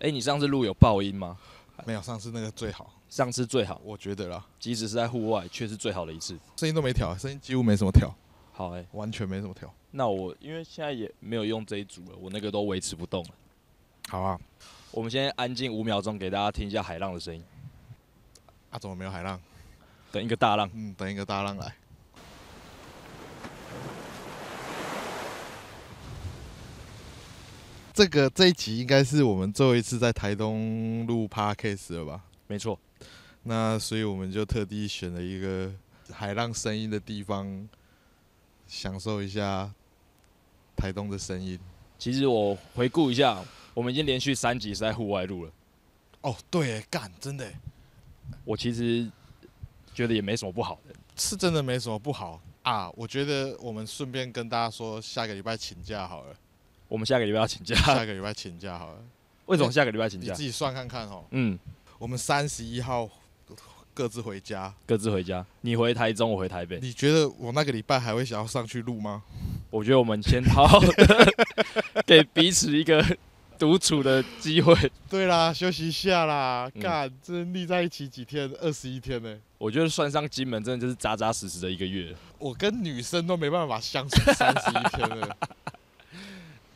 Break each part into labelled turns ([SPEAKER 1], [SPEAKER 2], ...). [SPEAKER 1] 哎、你上次录有爆音吗？
[SPEAKER 2] 没有上次那个最好，
[SPEAKER 1] 上次最好，
[SPEAKER 2] 我觉得啦，
[SPEAKER 1] 即使是在户外，却是最好的一次。
[SPEAKER 2] 声音都没调，声音几乎没什么调，
[SPEAKER 1] 好哎、
[SPEAKER 2] 完全没什么调。
[SPEAKER 1] 那我因为现在也没有用这一组了，我那个都维持不动了。
[SPEAKER 2] 好啊，
[SPEAKER 1] 我们先安静五秒钟，给大家听一下海浪的声音，
[SPEAKER 2] 啊，怎么没有海浪？
[SPEAKER 1] 等一个大浪。
[SPEAKER 2] 嗯，等一个大浪来。这个这一集应该是我们最后一次在台东录 podcast 了吧？
[SPEAKER 1] 没错，
[SPEAKER 2] 那所以我们就特地选了一个海浪声音的地方，享受一下台东的声音。
[SPEAKER 1] 其实我回顾一下，我们已经连续三集是在户外录了。
[SPEAKER 2] 哦，对耶，干，真的耶，
[SPEAKER 1] 我其实觉得也没什么不好的。
[SPEAKER 2] 是真的没什么不好啊。我觉得我们顺便跟大家说，下个礼拜请 假好了，
[SPEAKER 1] 我们下个礼拜要请假，
[SPEAKER 2] 下个礼拜请假好了，
[SPEAKER 1] 为什么下个礼拜请
[SPEAKER 2] 你
[SPEAKER 1] 假
[SPEAKER 2] 自？己算看看哦。
[SPEAKER 1] 嗯，
[SPEAKER 2] 我们三十一号各自回家，
[SPEAKER 1] 各自回家。你回台中，我回台北。
[SPEAKER 2] 你觉得我那个礼拜还会想要上去录吗？
[SPEAKER 1] 我觉得我们先好好的 给彼此一个独处的机会。
[SPEAKER 2] 对啦，休息一下啦，
[SPEAKER 1] 嗯
[SPEAKER 2] 干、这腻在一起几天，二十一天呢、
[SPEAKER 1] 我觉得算上金门，真的就是扎扎实实的一个月。
[SPEAKER 2] 我跟女生都没办法相处三十一天 了。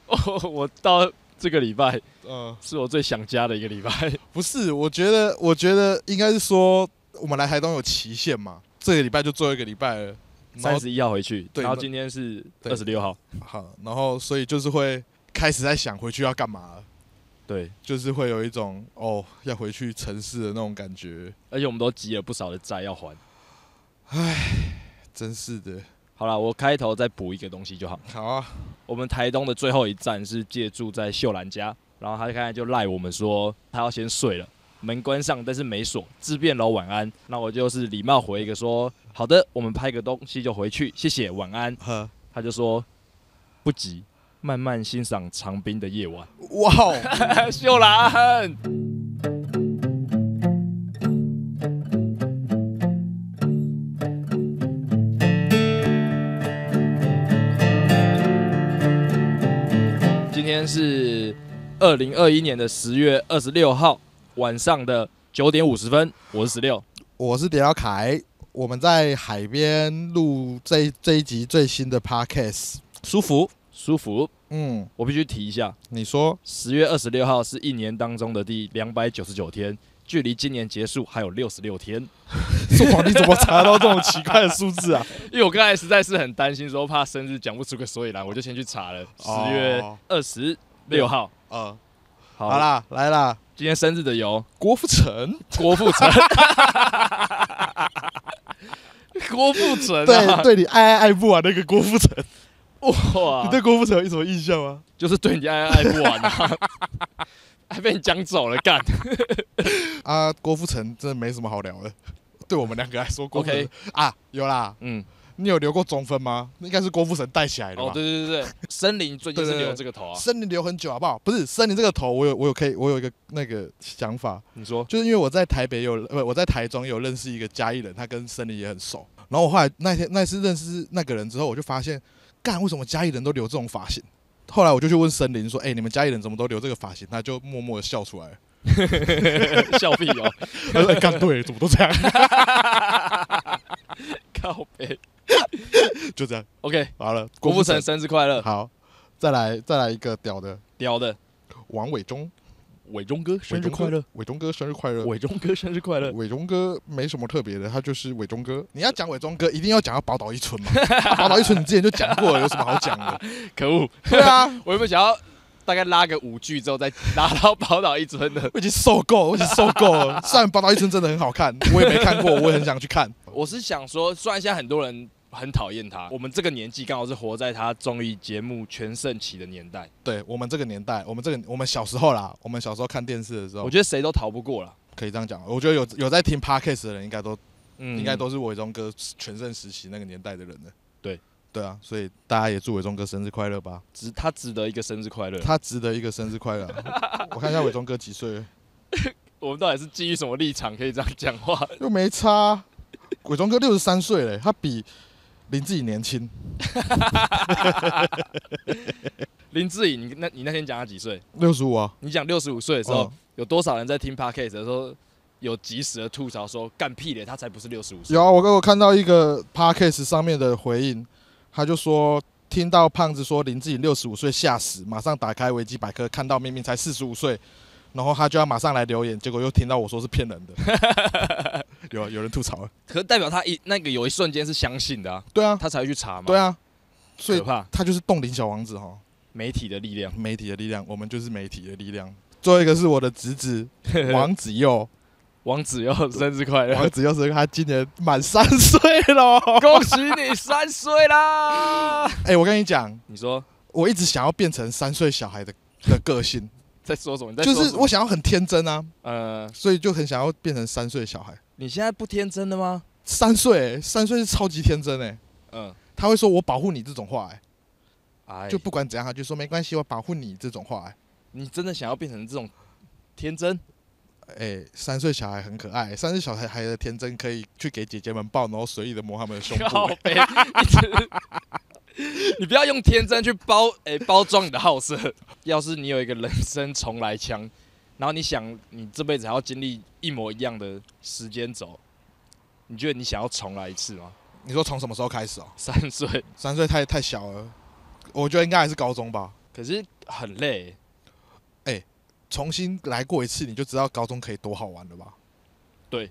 [SPEAKER 1] 哦，我到这个礼拜
[SPEAKER 2] 嗯，
[SPEAKER 1] 是我最想家的一个礼拜。
[SPEAKER 2] 不是，我觉得，我觉得应该是说，我们来台东有期限嘛，这个礼拜就最后一个礼拜了。然
[SPEAKER 1] 三
[SPEAKER 2] 后
[SPEAKER 1] 十一号回去，
[SPEAKER 2] 对
[SPEAKER 1] 然后今天是
[SPEAKER 2] 对
[SPEAKER 1] 二十六号。
[SPEAKER 2] 好，然后所以就是会开始在想回去要干嘛了，
[SPEAKER 1] 对，
[SPEAKER 2] 就是会有一种哦要回去城市的那种感觉，
[SPEAKER 1] 而且我们都积了不少的债要还。
[SPEAKER 2] 真是的。
[SPEAKER 1] 好了，我开头再补一个东西就好。
[SPEAKER 2] 好啊，
[SPEAKER 1] 我们台东的最后一站是借住在秀兰家，然后他刚才就赖我们说他要先睡了，门关上，但是没锁，自便楼晚安。那我就是礼貌回一个说好的，我们拍个东西就回去，谢谢，晚安。
[SPEAKER 2] 呵，
[SPEAKER 1] 他就说不急，慢慢欣赏长滨的夜晚。
[SPEAKER 2] 哇哦。
[SPEAKER 1] 秀兰，今天是二零二一年的十月二十六号晚上的九点五十分，我是十六。
[SPEAKER 2] 我是点小凯，我们在海边录这一这一集最新的 podcast，舒服。
[SPEAKER 1] 舒服，
[SPEAKER 2] 嗯，
[SPEAKER 1] 我必须提一下，
[SPEAKER 2] 你 说
[SPEAKER 1] 十月二十六号是一年当中的第两百九十九天，距离今年结束还有六十六天。
[SPEAKER 2] 说谎，你怎么查到这种奇怪的数字 啊？
[SPEAKER 1] 因为我刚才实在是很担心，说怕生日讲不出个所以然，我就先去查了。
[SPEAKER 2] 哦
[SPEAKER 1] 十月二十六号，
[SPEAKER 2] 呃，
[SPEAKER 1] 好
[SPEAKER 2] 好，啦，来啦，
[SPEAKER 1] 今天生日的有
[SPEAKER 2] 郭富城，
[SPEAKER 1] 郭富城， 郭富城、啊
[SPEAKER 2] 对，，对你爱爱爱不完那个郭富城，你
[SPEAKER 1] 哇，
[SPEAKER 2] 对郭富城有什么印象吗？
[SPEAKER 1] 就是对你爱爱不完啊， 还被你讲走了，干。
[SPEAKER 2] 啊，郭富城真的没什么好聊的， 对我们两个来说，郭富城
[SPEAKER 1] OK
[SPEAKER 2] 啊，有啦，
[SPEAKER 1] 嗯，
[SPEAKER 2] 你有留过中分吗？那应该是郭富城带起来的
[SPEAKER 1] 哦
[SPEAKER 2] 吧，？
[SPEAKER 1] 对对对对，森林最近是留这个头啊。
[SPEAKER 2] 森林留很久好不好？不是森林这个头，我有我有可以我有一个那个想法，
[SPEAKER 1] 你说，
[SPEAKER 2] 就是因为我在台北有，呃不，我在台中有认识一个嘉义人，他跟森林也很熟。然后我后来那天那次认识那个人之后，我就发现，干为什么嘉义人都留这种发型？后来我就去问森林说：“哎、你们嘉义人怎么都留这个发型？”他就默默的笑出来了，
[SPEAKER 1] 笑屁哦，
[SPEAKER 2] 他说：“哎干、对，怎么都这样
[SPEAKER 1] 靠背。？”
[SPEAKER 2] 就这样，
[SPEAKER 1] OK，
[SPEAKER 2] 好了，
[SPEAKER 1] 郭富城生日快乐，
[SPEAKER 2] 好，再来再来一个屌的，
[SPEAKER 1] 屌的，
[SPEAKER 2] 王伟忠，
[SPEAKER 1] 伟忠哥生
[SPEAKER 2] 伟
[SPEAKER 1] 日
[SPEAKER 2] 忠哥
[SPEAKER 1] 快乐，，哦
[SPEAKER 2] 伟忠哥生日快乐。
[SPEAKER 1] 伟忠哥生日快乐。
[SPEAKER 2] 伟忠哥没什么特别的，他就是伟忠哥。你要讲伟忠哥，一定要讲到宝岛一村嘛。 啊宝岛一村你之前就讲过了，有什么好讲的？
[SPEAKER 1] 可恶，
[SPEAKER 2] 对啊，
[SPEAKER 1] 我原本想要大概拉个五句之后再拉到宝岛一村的。
[SPEAKER 2] 我已经受够，我已经受够了。 虽然《宝岛一村》真的很好看，我也没看过，我也很想去看。
[SPEAKER 1] 我是想说，虽然现在很多人很讨厌他，我们这个年纪刚好是活在他综艺节目全盛期的年代，
[SPEAKER 2] 对我们这个年代，我们这个我们小时候啦，我们小时候看电视的时候，
[SPEAKER 1] 我觉得谁都逃不过了。
[SPEAKER 2] 可以这样讲。我觉得有有在听 podcast 的人，应该都、
[SPEAKER 1] 嗯
[SPEAKER 2] 应该都是伟忠哥全盛时期那个年代的人了。
[SPEAKER 1] 对
[SPEAKER 2] 对啊，所以大家也祝伟忠哥生日快乐吧，
[SPEAKER 1] 值他值得一个生日快乐。
[SPEAKER 2] 他值得一个生日快乐啊。 我看一下伟忠哥几岁了，
[SPEAKER 1] 我们到底是基于什么立场可以这样讲话？
[SPEAKER 2] 啊又没差。伟忠哥六十三岁嘞，他比林自己年轻，
[SPEAKER 1] 林志颖，你那你那天讲他几岁？
[SPEAKER 2] 六十五啊，
[SPEAKER 1] 你讲六十五岁的时
[SPEAKER 2] 哦
[SPEAKER 1] 候，有多少人在听 podcast 的时候有及时的吐槽说干屁嘞，他才不是六十五岁。
[SPEAKER 2] 有啊，我我看到一个 podcast 上面的回应，他就说听到胖子说林志颖六十五岁吓死，马上打开维基百科看到明明才四十五岁，然后他就要马上来留言，结果又听到我说是骗人的， 有啊有人吐槽了，
[SPEAKER 1] 可是代表他一那个有一瞬间是相信 的啊，
[SPEAKER 2] 对啊
[SPEAKER 1] 他才会去查嘛。
[SPEAKER 2] 对啊，所
[SPEAKER 1] 可
[SPEAKER 2] 以
[SPEAKER 1] 怕
[SPEAKER 2] 他就是冻龄小王子哈，
[SPEAKER 1] 媒体的力量。
[SPEAKER 2] 媒体的力量，我们就是媒体的力量。最后一个是我的侄子王子佑，
[SPEAKER 1] 王子佑 生日快
[SPEAKER 2] 王
[SPEAKER 1] 乐！
[SPEAKER 2] 子佑是他今年满三岁了。
[SPEAKER 1] 恭喜你三岁啦！
[SPEAKER 2] 哎、我跟你讲，
[SPEAKER 1] 你说
[SPEAKER 2] 我一直想要变成三岁小孩的的个性，
[SPEAKER 1] 在说什么？你 在
[SPEAKER 2] 就
[SPEAKER 1] 说
[SPEAKER 2] 是
[SPEAKER 1] 什么
[SPEAKER 2] 我想要很天真啊，
[SPEAKER 1] 呃，
[SPEAKER 2] 所以就很想要变成三岁小孩。
[SPEAKER 1] 你现在不天真的吗？
[SPEAKER 2] 三岁、欸，三岁是超级天真哎、
[SPEAKER 1] 嗯，
[SPEAKER 2] 他会说“我保护你”这种话哎、
[SPEAKER 1] 哎，
[SPEAKER 2] 就不管怎样，他就说“没关系，我保护你”这种话哎、
[SPEAKER 1] 你真的想要变成这种天真？
[SPEAKER 2] 哎、三岁小孩很可爱、三岁小孩孩的天真可以去给姐姐们抱，然后随意的摸他们的胸 部、
[SPEAKER 1] 靠
[SPEAKER 2] 欸
[SPEAKER 1] 背，一直 你不要用天真去包诶、包装你的好色。要是你有一个人生重来枪，然后你想你这辈子还要经历一模一样的时间轴，你觉得你想要重来一次吗？
[SPEAKER 2] 你说从什么时候开始哦、
[SPEAKER 1] 三岁，
[SPEAKER 2] 三岁太太小了，我觉得应该还是高中吧。
[SPEAKER 1] 可是很累、
[SPEAKER 2] 重新来过一次，你就知道高中可以多好玩了吧？
[SPEAKER 1] 对，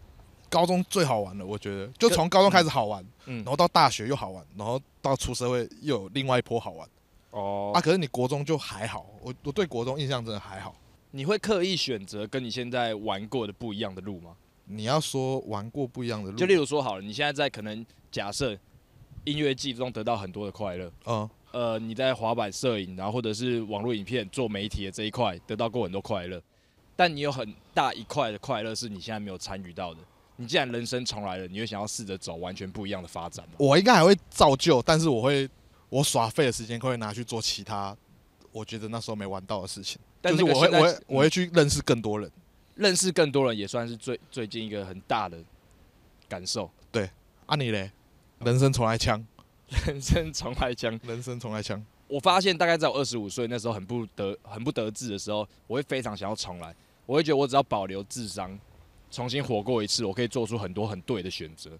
[SPEAKER 2] 高中最好玩了，我觉得，就从高中开始好玩，
[SPEAKER 1] 嗯
[SPEAKER 2] 然，后到大学又好玩，然后到出社会又有另外一波好玩
[SPEAKER 1] 哦、
[SPEAKER 2] 啊。可是你国中就还好，我我对国中印象真的还好。
[SPEAKER 1] 你会刻意选择跟你现在玩过的不一样的路吗？
[SPEAKER 2] 你要说玩过不一样的路，
[SPEAKER 1] 就例如说好了，你现在在可能假设音乐季中得到很多的快乐，
[SPEAKER 2] 嗯，
[SPEAKER 1] 呃，你在滑板、摄影，然后或者是网络影片做媒体的这一块，得到过很多快乐，但你有很大一块的快乐是你现在没有参与到的。你既然人生重来了，你会想要试着走完全不一样的发展吗？
[SPEAKER 2] 我应该还会照旧，但是我会我耍废的时间会拿去做其他我觉得那时候没玩到的事情，
[SPEAKER 1] 但
[SPEAKER 2] 就
[SPEAKER 1] 那
[SPEAKER 2] 是
[SPEAKER 1] 个
[SPEAKER 2] 我
[SPEAKER 1] 现
[SPEAKER 2] 会
[SPEAKER 1] 在
[SPEAKER 2] 我会
[SPEAKER 1] 嗯
[SPEAKER 2] 我会去认识更多人。
[SPEAKER 1] 认识更多人，也算是最最近一个很大的感受。
[SPEAKER 2] 啊你嘞，人生重来枪，
[SPEAKER 1] 人生重来将
[SPEAKER 2] 人生重来枪。
[SPEAKER 1] 我发现大概在我二十五岁那时候很不得很不得志的时候，我会非常想要重来，我会觉得我只要保留智商，重新活过一次，我可以做出很多很对的选择。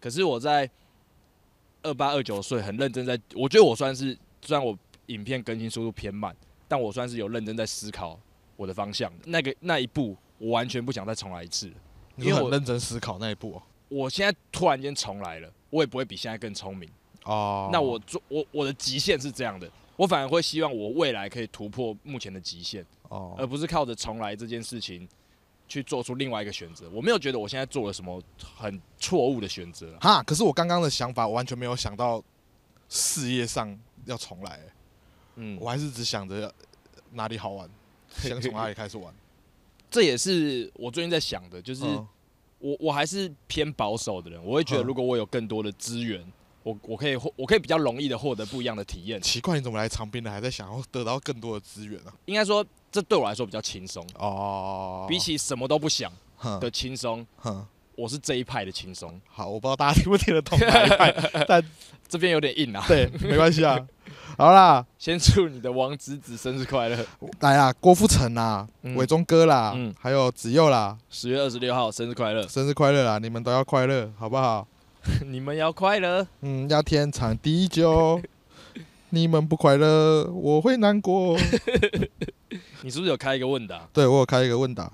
[SPEAKER 1] 可是我在二八二九岁很认真在，我觉得我算是虽然我影片更新速度偏慢，但我算是有认真在思考我的方向的。那个那一步，我完全不想再重来一次了。
[SPEAKER 2] 你
[SPEAKER 1] 因为
[SPEAKER 2] 很
[SPEAKER 1] 我
[SPEAKER 2] 认真思考那一步哦
[SPEAKER 1] 我现在突然间重来了，我也不会比现在更聪明。
[SPEAKER 2] 哦。哦
[SPEAKER 1] 那我做我我的极限是这样的，我反而会希望我未来可以突破目前的极限，而
[SPEAKER 2] 哦，
[SPEAKER 1] 不是靠着重来这件事情去做出另外一个选择。我没有觉得我现在做了什么很错误的选择啊，
[SPEAKER 2] 哈，可是我刚刚的想法我完全没有想到事业上要重来、欸
[SPEAKER 1] 嗯，
[SPEAKER 2] 我还是只想着呃哪里 好玩，先从哪里开始玩。
[SPEAKER 1] 这也是我最近在想的， 就是
[SPEAKER 2] 嗯
[SPEAKER 1] 我我还是偏保守的人，我会觉得
[SPEAKER 2] 嗯
[SPEAKER 1] 如果我有更多的资源，我我可以获我可以比较容易的获得不一样的体验。
[SPEAKER 2] 奇怪，你怎么来长滨了，还在想要得到更多的资源啊？
[SPEAKER 1] 应该说，这对我来说比较轻松，
[SPEAKER 2] 哦，
[SPEAKER 1] 比起什么都不想
[SPEAKER 2] 哼
[SPEAKER 1] 的轻松，
[SPEAKER 2] 哼，
[SPEAKER 1] 我是这一派的轻松。
[SPEAKER 2] 好，我不知道大家听不听得懂哪一派，但
[SPEAKER 1] 这边有点硬啊。
[SPEAKER 2] 对，没关 系啊。好啦，
[SPEAKER 1] 先祝你的王子子生日快乐！
[SPEAKER 2] 来啦，郭富城啦，
[SPEAKER 1] 嗯
[SPEAKER 2] 伟忠哥啦
[SPEAKER 1] 嗯，
[SPEAKER 2] 还有子佑啦，
[SPEAKER 1] 十月二十六号生日快乐，
[SPEAKER 2] 生日快乐啦！你们都要快乐，好不好？
[SPEAKER 1] 你们要快乐。
[SPEAKER 2] 嗯，要天长地久。 你们不快乐，我会 难过。
[SPEAKER 1] 你是不是有开一个问答？
[SPEAKER 2] 对我有开一个问答，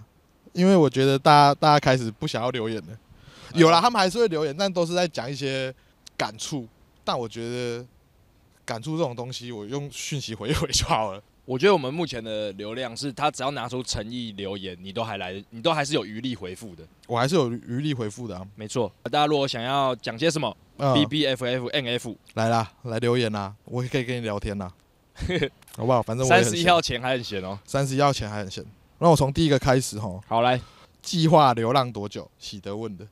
[SPEAKER 2] 因为我觉得大家大家开始不想要留言了。有
[SPEAKER 1] 嗯
[SPEAKER 2] 啦，他们还是会留言，但都是在讲一些感触。但我觉得感触这种东西，我用讯息回一回就好了。
[SPEAKER 1] 我觉得我们目前的流量是，他只要拿出诚意留言，你都还来，你都还是有余力回复的。
[SPEAKER 2] 我还是有余力回复的啊。
[SPEAKER 1] 没错，大家如果想要讲些什么
[SPEAKER 2] 嗯、
[SPEAKER 1] ，B B F F N F，
[SPEAKER 2] 来啦，来留言啦，我也可以跟你聊天 啦，好不好？反正我也
[SPEAKER 1] 三
[SPEAKER 2] 很
[SPEAKER 1] 十一
[SPEAKER 2] 闲
[SPEAKER 1] 号前还很闲哦。
[SPEAKER 2] 三十一号前还很闲。那我从第一个开始哈，
[SPEAKER 1] 好来，
[SPEAKER 2] 计划流浪多久？喜德问的。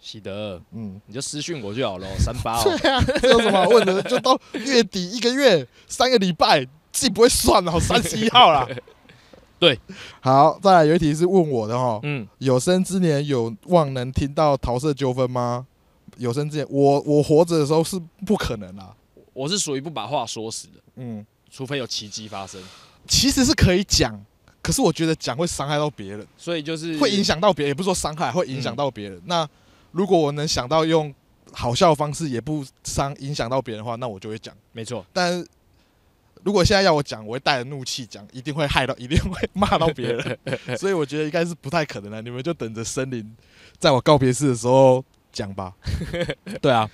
[SPEAKER 1] 喜德，
[SPEAKER 2] 嗯，
[SPEAKER 1] 你就私讯我就好了，三八 哦。
[SPEAKER 2] 对啊，这有什么好问的？就到月底一个月 三个礼拜，自己不会算 哦，三十一号啦。
[SPEAKER 1] 对，
[SPEAKER 2] 好，再来有一题是问我的哦，
[SPEAKER 1] 嗯，
[SPEAKER 2] 有生之年有望能听到桃色纠纷吗？有生之年，我我活着的时候是不可能啦、
[SPEAKER 1] 我是属于不把话说死的，
[SPEAKER 2] 嗯，
[SPEAKER 1] 除非有奇迹发生。
[SPEAKER 2] 其实是可以讲，可是我觉得讲会伤害到别人，
[SPEAKER 1] 所以就是
[SPEAKER 2] 会影，响到别人，也不是说伤害，会影响到别人。那如果我能想到用好笑的方式，也不伤影响到别人的话，那我就会讲。
[SPEAKER 1] 没错，
[SPEAKER 2] 但如果现在要我讲，我会带着怒气讲，一定会害到，一定会骂到别人，所以我觉得应该是不太可能的。你们就等着森林在我告别式的时候讲吧。
[SPEAKER 1] 对啊，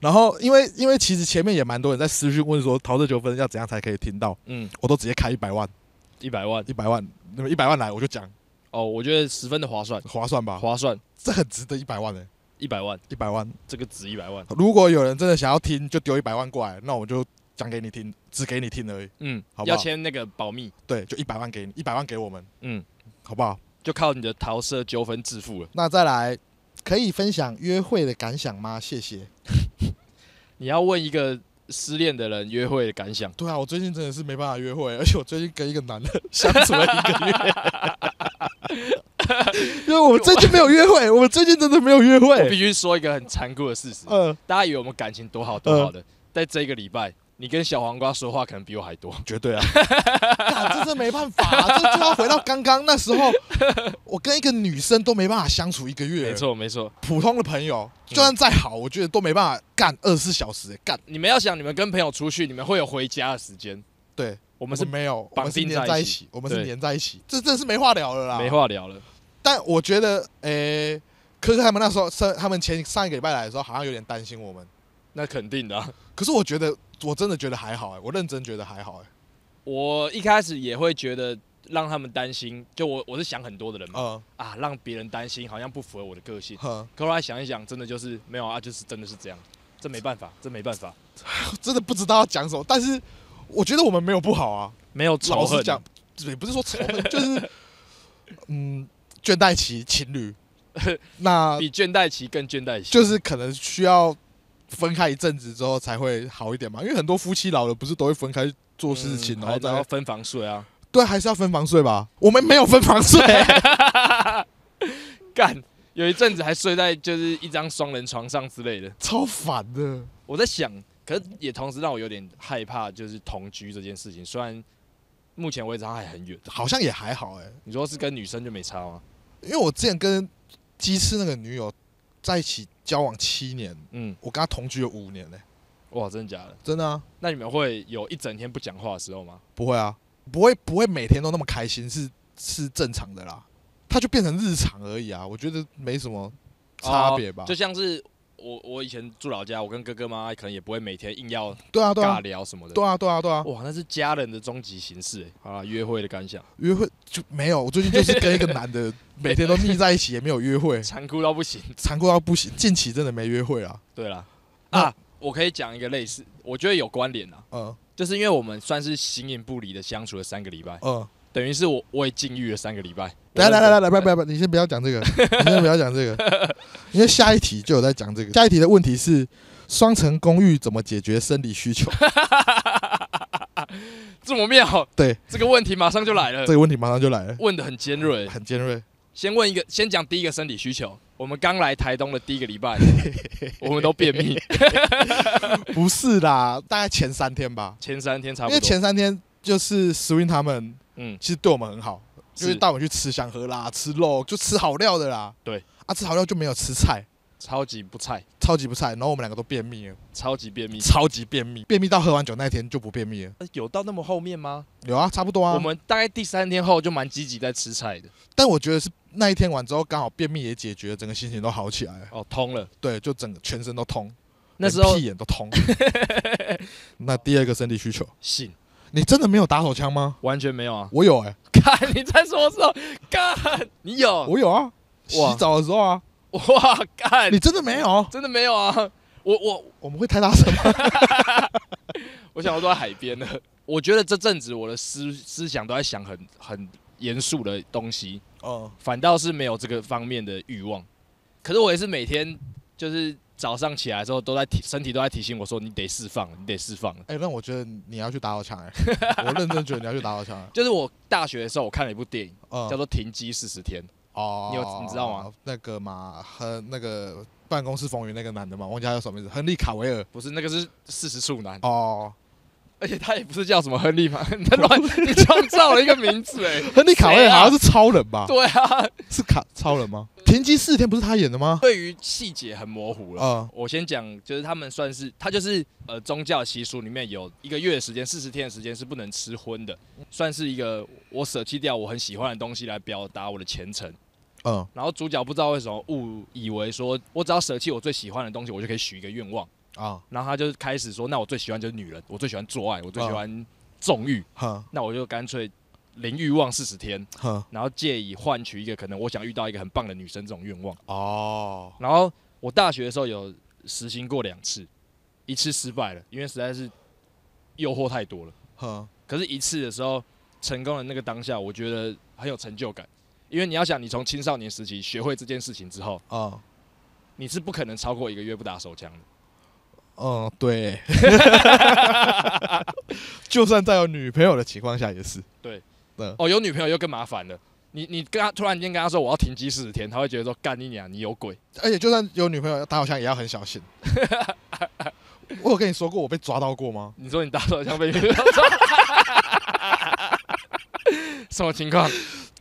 [SPEAKER 2] 然后，因为因为其实前面也蛮多人在私讯问说，逃这纠纷要怎样才可以听到，
[SPEAKER 1] 嗯，
[SPEAKER 2] 我都直接开一百万，
[SPEAKER 1] 一百万
[SPEAKER 2] 一百万，那么一百万来我就讲，
[SPEAKER 1] 哦，我觉得十分的划算，
[SPEAKER 2] 划算吧？
[SPEAKER 1] 划算，
[SPEAKER 2] 这很值得一百万诶、欸，
[SPEAKER 1] 一百万，
[SPEAKER 2] 一百万。
[SPEAKER 1] 这个值一百万，
[SPEAKER 2] 如果有人真的想要听，就丢一百万过来，那我就讲给你听，只给你听而已。
[SPEAKER 1] 嗯
[SPEAKER 2] 好，不
[SPEAKER 1] 要
[SPEAKER 2] 好
[SPEAKER 1] 签那个保密，
[SPEAKER 2] 对，就一百万给你，一百万给我们，
[SPEAKER 1] 嗯，
[SPEAKER 2] 好不好？
[SPEAKER 1] 就靠你的桃色纠纷致富了。
[SPEAKER 2] 那再来，可以分享约会的感想吗？谢谢。
[SPEAKER 1] 你要问一个失恋的人约会的感想，
[SPEAKER 2] 对啊，我最近真的是没办法约会，而 且我最近跟一个男的相处了一个月， 因为我们最近没有约 会，我们最近真的没有约
[SPEAKER 1] 我必
[SPEAKER 2] 会。
[SPEAKER 1] 须说一个很残酷的事实，
[SPEAKER 2] 呃，
[SPEAKER 1] 大家以为我们感情多好多好的，在这个礼拜，你跟小黄瓜说话可能比我还多。
[SPEAKER 2] 绝对啊， 干这真没办法、啊，这就要回到刚刚那时候，我跟一个女生都没办法相处一个月，
[SPEAKER 1] 没，错，没错。
[SPEAKER 2] 普通的朋友
[SPEAKER 1] 嗯
[SPEAKER 2] 就算再好，我觉得都没办法干二十四小时、欸干。
[SPEAKER 1] 你们要想，你们跟朋友出去，你们会有回家的时间。
[SPEAKER 2] 对
[SPEAKER 1] 我们
[SPEAKER 2] 我
[SPEAKER 1] 是
[SPEAKER 2] 们没有，我
[SPEAKER 1] 绑
[SPEAKER 2] 们是
[SPEAKER 1] 定
[SPEAKER 2] 黏
[SPEAKER 1] 在
[SPEAKER 2] 在
[SPEAKER 1] 一
[SPEAKER 2] 一
[SPEAKER 1] 起
[SPEAKER 2] 起，我们是
[SPEAKER 1] 对
[SPEAKER 2] 黏在一起，这真的是没话聊了啦，
[SPEAKER 1] 没话聊了。
[SPEAKER 2] 但我觉得，诶、可是他们那时候上，他们前上一个礼拜来的时候，好像有点担心我们。
[SPEAKER 1] 那肯定的啊、
[SPEAKER 2] 可是我觉得，我真的觉得还好、欸诶，我认真觉得还好、诶。欸
[SPEAKER 1] 我一开始也会觉得让他们担心，就我我是想很多的人嘛，
[SPEAKER 2] 嗯
[SPEAKER 1] 啊，让别人担心好像不符合我的个性。
[SPEAKER 2] 哼，
[SPEAKER 1] 可后来想一想，真的就是没有啊，就是真的是这样，这没办法，这没办法，
[SPEAKER 2] 我真的不知道要讲什么，但是我觉得我们没有不好啊。
[SPEAKER 1] 没有仇
[SPEAKER 2] 老实
[SPEAKER 1] 恨。
[SPEAKER 2] 讲，也不是说仇恨，就是嗯，倦怠期 情侣，那
[SPEAKER 1] 比倦怠期更倦怠期，
[SPEAKER 2] 啊就是可能需要分开一阵子之后才会好一点嘛。因为很多夫妻老了，不是都会分开做事情，
[SPEAKER 1] 嗯
[SPEAKER 2] 然后
[SPEAKER 1] 还
[SPEAKER 2] 再
[SPEAKER 1] 然后分房睡啊，
[SPEAKER 2] 对，还是要分房睡吧。我们没有分房睡、
[SPEAKER 1] 干。有一阵子还睡在就是一张双人床上之类的，
[SPEAKER 2] 超烦的。
[SPEAKER 1] 我在想，可是也同时让我有点害怕，就是同居这件事情。虽然目前为止它还很远，
[SPEAKER 2] 好像也还好哎、
[SPEAKER 1] 你说是跟女生就没差吗？
[SPEAKER 2] 因为我之前跟鸡翅那个女友在一起交往七年，
[SPEAKER 1] 嗯，
[SPEAKER 2] 我跟她同居有五年嘞、
[SPEAKER 1] 哇，真的假的？
[SPEAKER 2] 真的啊，
[SPEAKER 1] 那你们会有一整天不讲话的时候吗？
[SPEAKER 2] 不会啊，不会不会每天都那么开心是是正常的啦，它就变成日常而已啊，我觉得没什么差别吧、
[SPEAKER 1] 哦就像是我我以前住老家，我跟哥哥妈妈可能也不会每天硬要
[SPEAKER 2] 对啊对
[SPEAKER 1] 尬
[SPEAKER 2] 啊
[SPEAKER 1] 聊什么的。
[SPEAKER 2] 对啊对啊对啊，
[SPEAKER 1] 哇，那是家人的终极形式欸。好啦，约会的感想，
[SPEAKER 2] 约会就没有，我最近就是跟一个男的每天都腻在一起，也没有约 会，
[SPEAKER 1] 残酷到不行。
[SPEAKER 2] 残酷到不行，近期真的没约会啊，
[SPEAKER 1] 对啦，
[SPEAKER 2] 那
[SPEAKER 1] 啊，我可以讲一个类似，我觉得有关联啊，
[SPEAKER 2] 嗯
[SPEAKER 1] 就是因为我们算是形影不离的相处了三个礼拜。
[SPEAKER 2] 嗯。
[SPEAKER 1] 等于是我我也禁欲了三个礼拜。
[SPEAKER 2] 来来来来
[SPEAKER 1] 来，
[SPEAKER 2] 来，不要不要，你先不要讲这个，你先不要讲这个， 因为下一题就有在讲这个。下一题的问题是：双层公寓怎么解决生理需 求？
[SPEAKER 1] 这么妙，
[SPEAKER 2] 对
[SPEAKER 1] 这个问题马上就来了
[SPEAKER 2] 这，个问题马上就来了，
[SPEAKER 1] 问的很尖锐。
[SPEAKER 2] 很尖锐。
[SPEAKER 1] 先问一个，先讲第一个生理需求。我们刚来台东的第一个礼 拜，我们都便秘，
[SPEAKER 2] 不是啦，大概前三天吧，
[SPEAKER 1] 前三天差
[SPEAKER 2] 因
[SPEAKER 1] 不
[SPEAKER 2] 为
[SPEAKER 1] 多。
[SPEAKER 2] 前三天就是 Swing 他们
[SPEAKER 1] 嗯，
[SPEAKER 2] 其实对我们很好，就是是带我们去吃香喝辣，吃肉就吃好料的啦。
[SPEAKER 1] 对，
[SPEAKER 2] 啊，吃好料就没有吃菜，
[SPEAKER 1] 超级不菜，
[SPEAKER 2] 超级不菜。然后我们两个都便秘了，
[SPEAKER 1] 嗯超级便秘。
[SPEAKER 2] 超级便秘，便秘到喝完酒那天就不便秘了。
[SPEAKER 1] 呃有到那么后面吗？
[SPEAKER 2] 有啊，差不多啊。
[SPEAKER 1] 我们大概第三天后就蛮积极在吃菜的。
[SPEAKER 2] 但我觉得是那一天完之后，刚好便秘也解决了，整个心情都好起来了。
[SPEAKER 1] 哦，通了。
[SPEAKER 2] 对，就整个全身都通，
[SPEAKER 1] 那时候
[SPEAKER 2] 连屁眼都通。 那第二个身体需求，
[SPEAKER 1] 醒，
[SPEAKER 2] 你真的没有打手枪吗？！
[SPEAKER 1] 完全没有 啊
[SPEAKER 2] 我有哎、
[SPEAKER 1] 看你在说什么？干，你有？
[SPEAKER 2] 我有啊，
[SPEAKER 1] 哦哇哎
[SPEAKER 2] 洗澡的时候啊，
[SPEAKER 1] 哇，干
[SPEAKER 2] 你，真的没有？
[SPEAKER 1] 真的没有啊！我我
[SPEAKER 2] 我们会太大声吗？
[SPEAKER 1] 我想我都在海边了。我觉得这阵子我的思思想都在想很很严肃的东西，
[SPEAKER 2] 哦，
[SPEAKER 1] 反倒是没有这个方面的欲望。可是我也是每天就是早上起来之后都在提，身体都在提醒我说你得释放了，你得释放了。
[SPEAKER 2] 哎、那我觉得你要去打手枪哎、 我认真觉得你要去打手枪、欸。
[SPEAKER 1] 就是我大学的时候，我看了一部电影叫
[SPEAKER 2] 嗯，
[SPEAKER 1] 做《停机四十天》，
[SPEAKER 2] 哦，
[SPEAKER 1] 你有你知道吗？
[SPEAKER 2] 那个嘛，和那个办公室风云那个男的嘛，忘记他叫什么名字，亨利卡维尔。
[SPEAKER 1] 不是那个是四十处男，
[SPEAKER 2] 哦，
[SPEAKER 1] 而且他也不是叫什么亨利嘛， 你在乱你创造了一个名字哎、
[SPEAKER 2] 亨利卡维尔好像是超人吧？
[SPEAKER 1] 对啊，
[SPEAKER 2] 是卡超人吗？停机四天不是他演的吗？
[SPEAKER 1] 对于细节很模糊了。
[SPEAKER 2] 啊，
[SPEAKER 1] 我先讲，就是他们算是他就是呃宗教习俗里面有一个月的时间，四十天的时间是不能吃荤的，算是一个我舍弃掉我很喜欢的东西来表达我的虔诚。
[SPEAKER 2] 嗯，
[SPEAKER 1] 然后主角不知道为什么误以为说我只要舍弃我最喜欢的东西，我就可以许一个愿望。
[SPEAKER 2] 啊，
[SPEAKER 1] 然后他就开始说，那我最喜欢就是女人，我最喜欢做爱，我最喜欢纵欲，
[SPEAKER 2] 哼
[SPEAKER 1] 那我就干脆零欲望四十天，
[SPEAKER 2] 哼，
[SPEAKER 1] 然后借以换取一个可能我想遇到一个很棒的女生这种愿望。
[SPEAKER 2] 哦，
[SPEAKER 1] 然后我大学的时候有实行过两次，一次失败了，因为实在是诱惑太多了。
[SPEAKER 2] 哼，
[SPEAKER 1] 可是，一次的时候成功的那个当下，我觉得很有成就感，因为你要想，你从青少年时期学会这件事情之后，
[SPEAKER 2] 啊，
[SPEAKER 1] 你是不可能超过一个月不打手枪的。
[SPEAKER 2] 嗯，对， 就算在有女朋友的情况下也是，
[SPEAKER 1] 哦，有女朋友又更麻烦了。你你跟他突然间跟他说我要停机四十天，他会觉得说干你娘，你有鬼。
[SPEAKER 2] 而且就算有女朋友打手枪也要很 小心。我有跟你说过我被抓到过吗？
[SPEAKER 1] 你说你打手枪被女朋友 什么情况？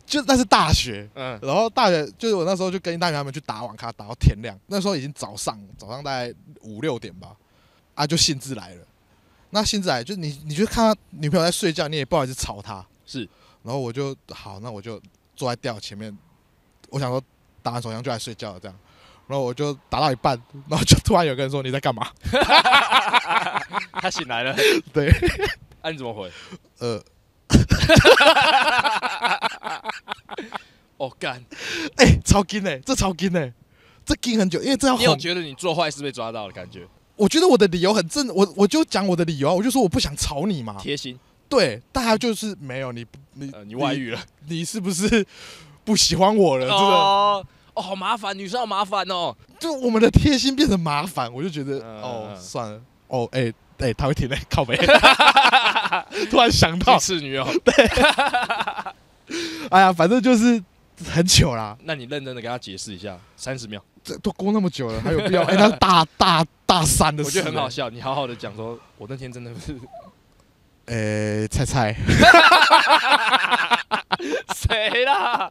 [SPEAKER 2] 就那是大学，
[SPEAKER 1] 嗯
[SPEAKER 2] 然后大学就是我那时候就跟一大群他们去打网咖，打到天亮。那时候已经早上，早上大概五六点吧，啊，就兴致来了。那兴致来，就你你就看他女朋友在睡觉，你也不好意思吵她。
[SPEAKER 1] 是。
[SPEAKER 2] 然后我就好，那我就坐在吊前面，我想说打完手枪就来睡觉了这样。然后我就打到一半，然后就突然有个人说你在干嘛？
[SPEAKER 1] 他醒来了。
[SPEAKER 2] 对，
[SPEAKER 1] 那、你怎么回？
[SPEAKER 2] 呃，
[SPEAKER 1] 哦，干！
[SPEAKER 2] 哎、超金哎、这超金哎、这金很久，因为这要
[SPEAKER 1] 你有
[SPEAKER 2] 哄。
[SPEAKER 1] 觉得你做坏事被抓到的感觉？
[SPEAKER 2] 我觉得我的理由很正，我我就讲我的理由啊，我就说我不想吵你嘛。
[SPEAKER 1] 贴心，
[SPEAKER 2] 对，大家就是没有你不，你
[SPEAKER 1] 呃，你外，遇了，
[SPEAKER 2] 你你是不是不喜欢我了？这个
[SPEAKER 1] 哦，哦，好麻烦，女生好麻烦 哦。
[SPEAKER 2] 就我们的贴心变成麻烦，我就觉得
[SPEAKER 1] 嗯
[SPEAKER 2] 哦
[SPEAKER 1] 嗯
[SPEAKER 2] 算了，哦哎哎他会停嘞， 靠背，突然想到，
[SPEAKER 1] 次女友，
[SPEAKER 2] 哎呀，反正就是很久啦，
[SPEAKER 1] 那你认真的跟他解释一下，三十秒，
[SPEAKER 2] 这都过那么久了，还有 必要？哎，那是大大大三的
[SPEAKER 1] 我
[SPEAKER 2] 事
[SPEAKER 1] 觉得
[SPEAKER 2] 了，
[SPEAKER 1] 很好笑。你好好的讲说，我那天真的 是
[SPEAKER 2] 哎，菜菜，
[SPEAKER 1] 谁 啦？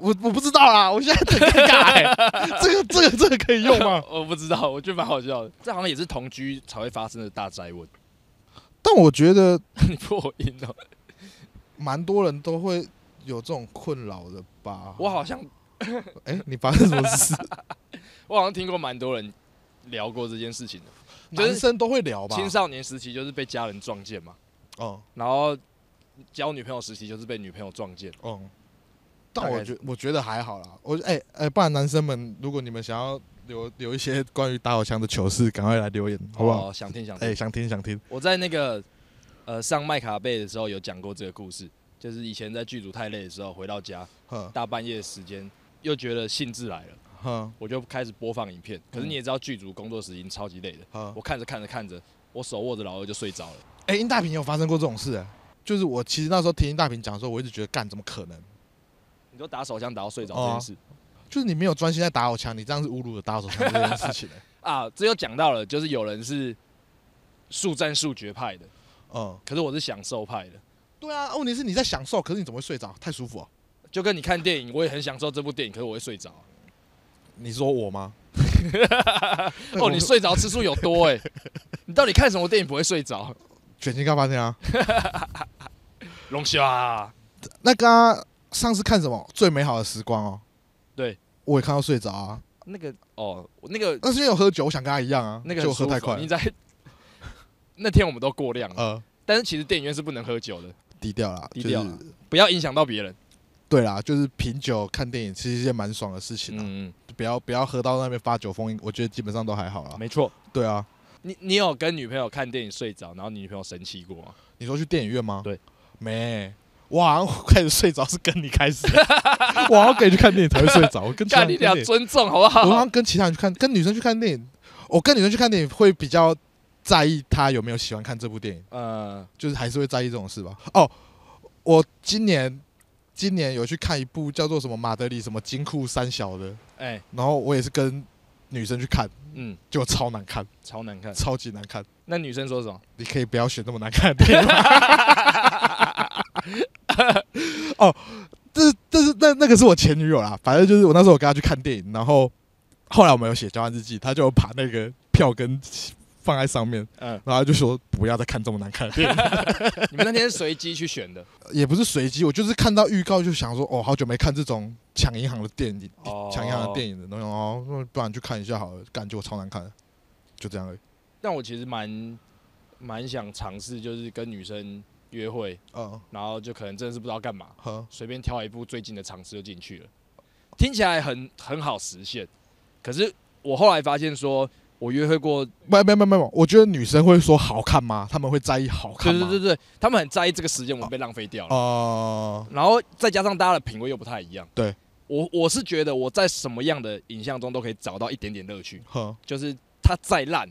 [SPEAKER 2] 我我不知道啦，我现在很尴 尬哎，这个这个这个可以用吗？
[SPEAKER 1] 我不知道，我觉得蛮好笑的。这好像也是同居才会发生的大灾问。
[SPEAKER 2] 但我觉得
[SPEAKER 1] 你破音哦了，
[SPEAKER 2] 蛮多人都会有这种困扰的吧？
[SPEAKER 1] 我好像
[SPEAKER 2] 哎、你发生什么事？
[SPEAKER 1] 我好像听过蛮多人聊过这件事情的。 就是
[SPEAKER 2] 男生都会聊吧？
[SPEAKER 1] 青少年时期就是被家人撞见嘛，
[SPEAKER 2] 哦
[SPEAKER 1] 然后交女朋友时期就是被女朋友撞见。
[SPEAKER 2] 哦、但
[SPEAKER 1] 大
[SPEAKER 2] 我
[SPEAKER 1] 概
[SPEAKER 2] 觉我觉得还好啦。我哎哎、不然男生们，如果你们想要留留一些关于打火枪的糗事，赶快来留言，好不好？
[SPEAKER 1] 哦？想听想
[SPEAKER 2] 哎、
[SPEAKER 1] 听。
[SPEAKER 2] 想听想听。
[SPEAKER 1] 我在那个呃上麦卡贝的时候有讲过这个故事，就是以前在剧组太累的时候，回到家
[SPEAKER 2] 哼
[SPEAKER 1] 大半夜的时间，又觉得兴致来了，
[SPEAKER 2] 哼
[SPEAKER 1] 我就开始播放影片。可是你也知道，剧组工作时已经超级累的，
[SPEAKER 2] 哼。
[SPEAKER 1] 我看着看着看着，我手握着老二就睡着了。
[SPEAKER 2] 哎、殷大平有发生过这种事、哎就是我其实那时候听殷大平讲的时候，我一直觉得干怎么可能？
[SPEAKER 1] 你都打手枪打到睡着这
[SPEAKER 2] 哦
[SPEAKER 1] 件事、
[SPEAKER 2] 就是你没有专心在打火枪，你这样是侮辱了打火枪这件 事情、哎
[SPEAKER 1] 啊，这又讲到了，就是有人是速战速决派的，
[SPEAKER 2] 嗯，
[SPEAKER 1] 可是我是享受派的。
[SPEAKER 2] 对啊，问题是你在享受，可是你怎么会睡着？太舒服哦、
[SPEAKER 1] 就跟你看电影，我也很享受这部电影，可是我会睡着啊。
[SPEAKER 2] 你说 我 吗？
[SPEAKER 1] 哦，你睡着次数有多 哎、你到底看什么电影不会睡着？
[SPEAKER 2] 卷心刚发现啊？
[SPEAKER 1] 龙虾，
[SPEAKER 2] 那个啊、上次看什么《最美好的时光》哦？
[SPEAKER 1] 对，
[SPEAKER 2] 我也看到睡着啊。
[SPEAKER 1] 那个哦，那 个
[SPEAKER 2] 但是因为我喝酒，我想跟他一样啊，
[SPEAKER 1] 那个很
[SPEAKER 2] 就我喝
[SPEAKER 1] 舒
[SPEAKER 2] 太
[SPEAKER 1] 服
[SPEAKER 2] 快
[SPEAKER 1] 你
[SPEAKER 2] 了，
[SPEAKER 1] 在 那天我们都过量了，
[SPEAKER 2] 呃，
[SPEAKER 1] 但是其实电影院是不能喝酒的，
[SPEAKER 2] 低调啦，
[SPEAKER 1] 低调
[SPEAKER 2] 就
[SPEAKER 1] 啦
[SPEAKER 2] 是
[SPEAKER 1] 不要影响到别人。
[SPEAKER 2] 对啦，就是品酒看电影其实是一件蛮爽的事情啊，
[SPEAKER 1] 嗯，
[SPEAKER 2] 不要不要喝到那边发酒疯，我觉得基本上都还好啦。
[SPEAKER 1] 没错。
[SPEAKER 2] 对啊，
[SPEAKER 1] 你你有跟女朋友看电影睡着，然后你女朋友生气过吗？
[SPEAKER 2] 你说去电影院吗？
[SPEAKER 1] 对，
[SPEAKER 2] 没，我好像开始睡着是跟你开始 的，我好像跟你去看电影才会睡着，我跟其他
[SPEAKER 1] 干
[SPEAKER 2] 人
[SPEAKER 1] 你
[SPEAKER 2] 看
[SPEAKER 1] 俩
[SPEAKER 2] 电影
[SPEAKER 1] 尊重好不
[SPEAKER 2] 我好
[SPEAKER 1] 好？
[SPEAKER 2] 像跟其他人去看，跟女生去看电影，我跟女生去看电影会比较在意她有没有喜欢看这部电影，
[SPEAKER 1] 嗯，
[SPEAKER 2] 就是还是会在意这种事吧。哦，我今年今年有去看一部叫做什么马德里什么金库三小的，
[SPEAKER 1] 哎、
[SPEAKER 2] 然后我也是跟女生去看，
[SPEAKER 1] 嗯，
[SPEAKER 2] 结果超难看，
[SPEAKER 1] 超难看。
[SPEAKER 2] 超级难看。
[SPEAKER 1] 那女生说什么？
[SPEAKER 2] 你可以不要选那么难看的 电影。哦，这这是那那个是我前女友啦，反正就是我那时候我跟她去看电影，然后后来我们有写交换日记，她就有把那个票根放在上面，
[SPEAKER 1] 嗯，
[SPEAKER 2] 然后她就说不要再看这么难看的电影，
[SPEAKER 1] 你们那天是随机去选 的
[SPEAKER 2] 也不是随机，我就是看到预告就想说哦，好久没看这种抢银行的电影，
[SPEAKER 1] 哦
[SPEAKER 2] 抢银行的电影的，然后哦那不然去看一下好了，感觉我超难看的，就这样而已。
[SPEAKER 1] 但我其实蛮蛮想尝试，就是跟女生约会，
[SPEAKER 2] 嗯，
[SPEAKER 1] 然后就可能真的是不知道干嘛，
[SPEAKER 2] 好，
[SPEAKER 1] 随便挑一部最近的尝试就进去了。听起来很很好实现，可是我后来发现说，我约会过，
[SPEAKER 2] 没没没没有，我觉得女生会说好看吗？她们会在意好
[SPEAKER 1] 对
[SPEAKER 2] 看
[SPEAKER 1] 对
[SPEAKER 2] 吗？
[SPEAKER 1] 对对，他们很在意这个时间，我们被浪费掉了。
[SPEAKER 2] 哦、
[SPEAKER 1] 然后再加上大家的品味又不太一样，
[SPEAKER 2] 对
[SPEAKER 1] 我我是觉得我在什么样的影像中都可以找到一点点乐趣，
[SPEAKER 2] 呵，
[SPEAKER 1] 就是它再烂，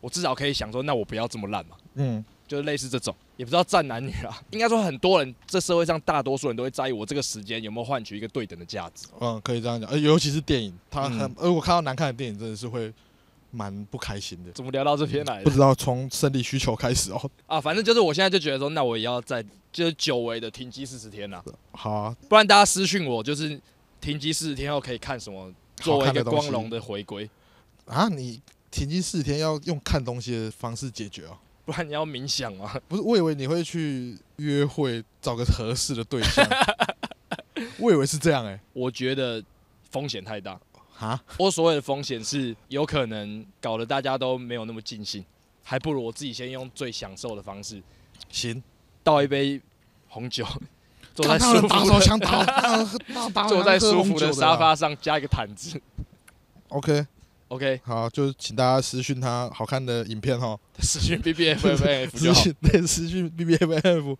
[SPEAKER 1] 我至少可以想说，那我不要这么烂嘛，
[SPEAKER 2] 嗯，
[SPEAKER 1] 就是类似这种，也不知道站男女啊， 应该说很多人，这社会上大多数人都会在意我这个时间有没有换取一个对等的价值，
[SPEAKER 2] 嗯，可以这样讲，呃，尤其是电影，他很，
[SPEAKER 1] 嗯
[SPEAKER 2] 呃，我看到难看的电影，真的是会蛮不开心的。
[SPEAKER 1] 怎么聊到这边来
[SPEAKER 2] 不
[SPEAKER 1] 的
[SPEAKER 2] 知道从生理需求开始哦。
[SPEAKER 1] 啊？反正就是我现在就觉得说，那我也要在就是久违的停机四十天啦、
[SPEAKER 2] 好啊，
[SPEAKER 1] 不然大家私讯我，就是停机四十天后可以看什么，作为一
[SPEAKER 2] 好看的
[SPEAKER 1] 个
[SPEAKER 2] 东
[SPEAKER 1] 光
[SPEAKER 2] 西
[SPEAKER 1] 荣的回归，
[SPEAKER 2] 啊，你停经四天要用看东西的方式解决哦。
[SPEAKER 1] 不然你要冥想吗？
[SPEAKER 2] 不是，我以为你会去约会，找个合适的对象。 我以为是这样哎、
[SPEAKER 1] 我觉得风险太大。
[SPEAKER 2] 欸，啊，
[SPEAKER 1] 我所谓的风险是，有可能搞得大家都没有那么尽兴，还不如我自己先用最享受的方式，
[SPEAKER 2] 行，
[SPEAKER 1] 倒一杯红酒，坐在
[SPEAKER 2] 看他
[SPEAKER 1] 舒
[SPEAKER 2] 们打
[SPEAKER 1] 服
[SPEAKER 2] 手
[SPEAKER 1] 的
[SPEAKER 2] 枪打， 打打
[SPEAKER 1] 坐在舒服
[SPEAKER 2] 的啊
[SPEAKER 1] 的沙。发上加一个毯子。
[SPEAKER 2] OK，
[SPEAKER 1] OK，
[SPEAKER 2] 好，就请大家私讯他好看的影片哦。
[SPEAKER 1] 私讯 B B F F F
[SPEAKER 2] 资
[SPEAKER 1] 就好。
[SPEAKER 2] 讯对 私讯 B B F F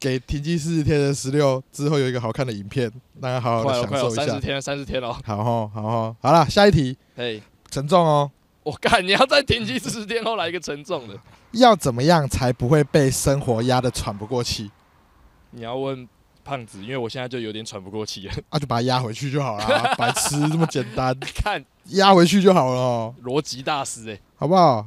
[SPEAKER 2] 给停机四十天的十六之后有一个好看的影片，大家好好
[SPEAKER 1] 快
[SPEAKER 2] 的
[SPEAKER 1] 了，快
[SPEAKER 2] 享
[SPEAKER 1] 了，
[SPEAKER 2] 受一
[SPEAKER 1] 三十
[SPEAKER 2] 下。
[SPEAKER 1] 天了，三十天了。
[SPEAKER 2] 好吼，好吼，好啦，下一题
[SPEAKER 1] 嘿，
[SPEAKER 2] 沉重哦。
[SPEAKER 1] 我干，你要再停机四十天后来一个沉重的，
[SPEAKER 2] 要怎么样才不会被生活压得喘不过气？
[SPEAKER 1] 你要问胖子，因为我现在就有点喘不过气了。
[SPEAKER 2] 啊，就把它压回去就好啦，白痴，这么简单，
[SPEAKER 1] 看
[SPEAKER 2] 压回去就好了哦，
[SPEAKER 1] 逻辑大师、欸，哎，
[SPEAKER 2] 好不好？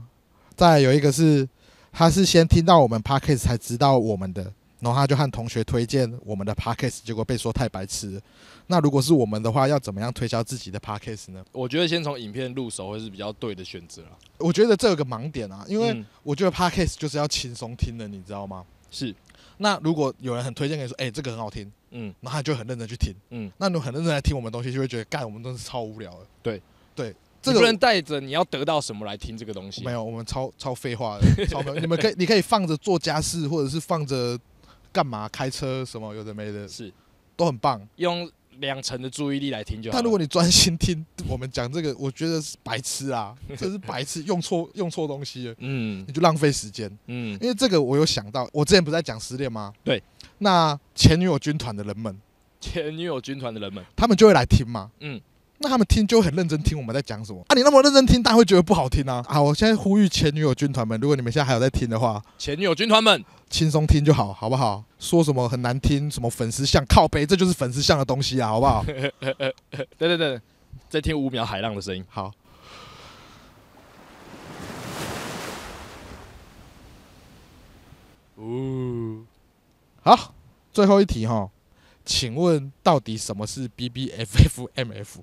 [SPEAKER 2] 再来有一个是，他是先听到我们 podcast 才知道我们的，然后他就和同学推荐我们的 podcast，结果被说太白痴了。那如果是我们的话，要怎么样推销自己的 podcast 呢？
[SPEAKER 1] 我觉得先从影片入手会是比较对的选择啊，
[SPEAKER 2] 我觉得这有个盲点啊，因为
[SPEAKER 1] 嗯
[SPEAKER 2] 我觉得 podcast 就是要轻松听的，你知道吗？
[SPEAKER 1] 是，
[SPEAKER 2] 那如果有人很推荐给你说，哎、这个很好听，
[SPEAKER 1] 嗯，
[SPEAKER 2] 然后他就很认真去听，
[SPEAKER 1] 嗯，
[SPEAKER 2] 那你很认真来听我们东西，就会觉得干，我们都是超无聊的。
[SPEAKER 1] 对
[SPEAKER 2] 对，
[SPEAKER 1] 这
[SPEAKER 2] 这
[SPEAKER 1] 个
[SPEAKER 2] 个
[SPEAKER 1] 不能带着你要得到什么来听这个东西
[SPEAKER 2] 没。有，我们超超废话的，超没有。你们可以，你可以放着做家事，或者是放着干嘛开车什么有的没的，
[SPEAKER 1] 是
[SPEAKER 2] 都很棒。
[SPEAKER 1] 用两成的注意力来听就好了。
[SPEAKER 2] 但如果你专心听我们讲这个，我觉得是白痴啊， 这是白痴，用错用错东西了，
[SPEAKER 1] 嗯
[SPEAKER 2] 你就浪费时间。
[SPEAKER 1] 嗯
[SPEAKER 2] 因为这个我有想到，我之前不是在讲失恋吗？
[SPEAKER 1] 对，
[SPEAKER 2] 那前女友军团的人们，
[SPEAKER 1] 前女友军团的人们，
[SPEAKER 2] 他们就会来听嘛。
[SPEAKER 1] 嗯，
[SPEAKER 2] 那他们听就会很认真听我们在讲什么啊？你那么认真听，大家会觉得不好听啊。好，我现在呼吁前女友军团们，如果你们现在还有在听的话，
[SPEAKER 1] 前女友军团们，
[SPEAKER 2] 轻松听就好，好不好？说什么很难听，什么粉丝像靠背，这就是粉丝像的东西啊，好 不好？
[SPEAKER 1] 对对对，在听五秒海浪的声音。
[SPEAKER 2] 好。
[SPEAKER 1] 呜，
[SPEAKER 2] 好，最后一题哈，请问到底什么是 B B F F M F？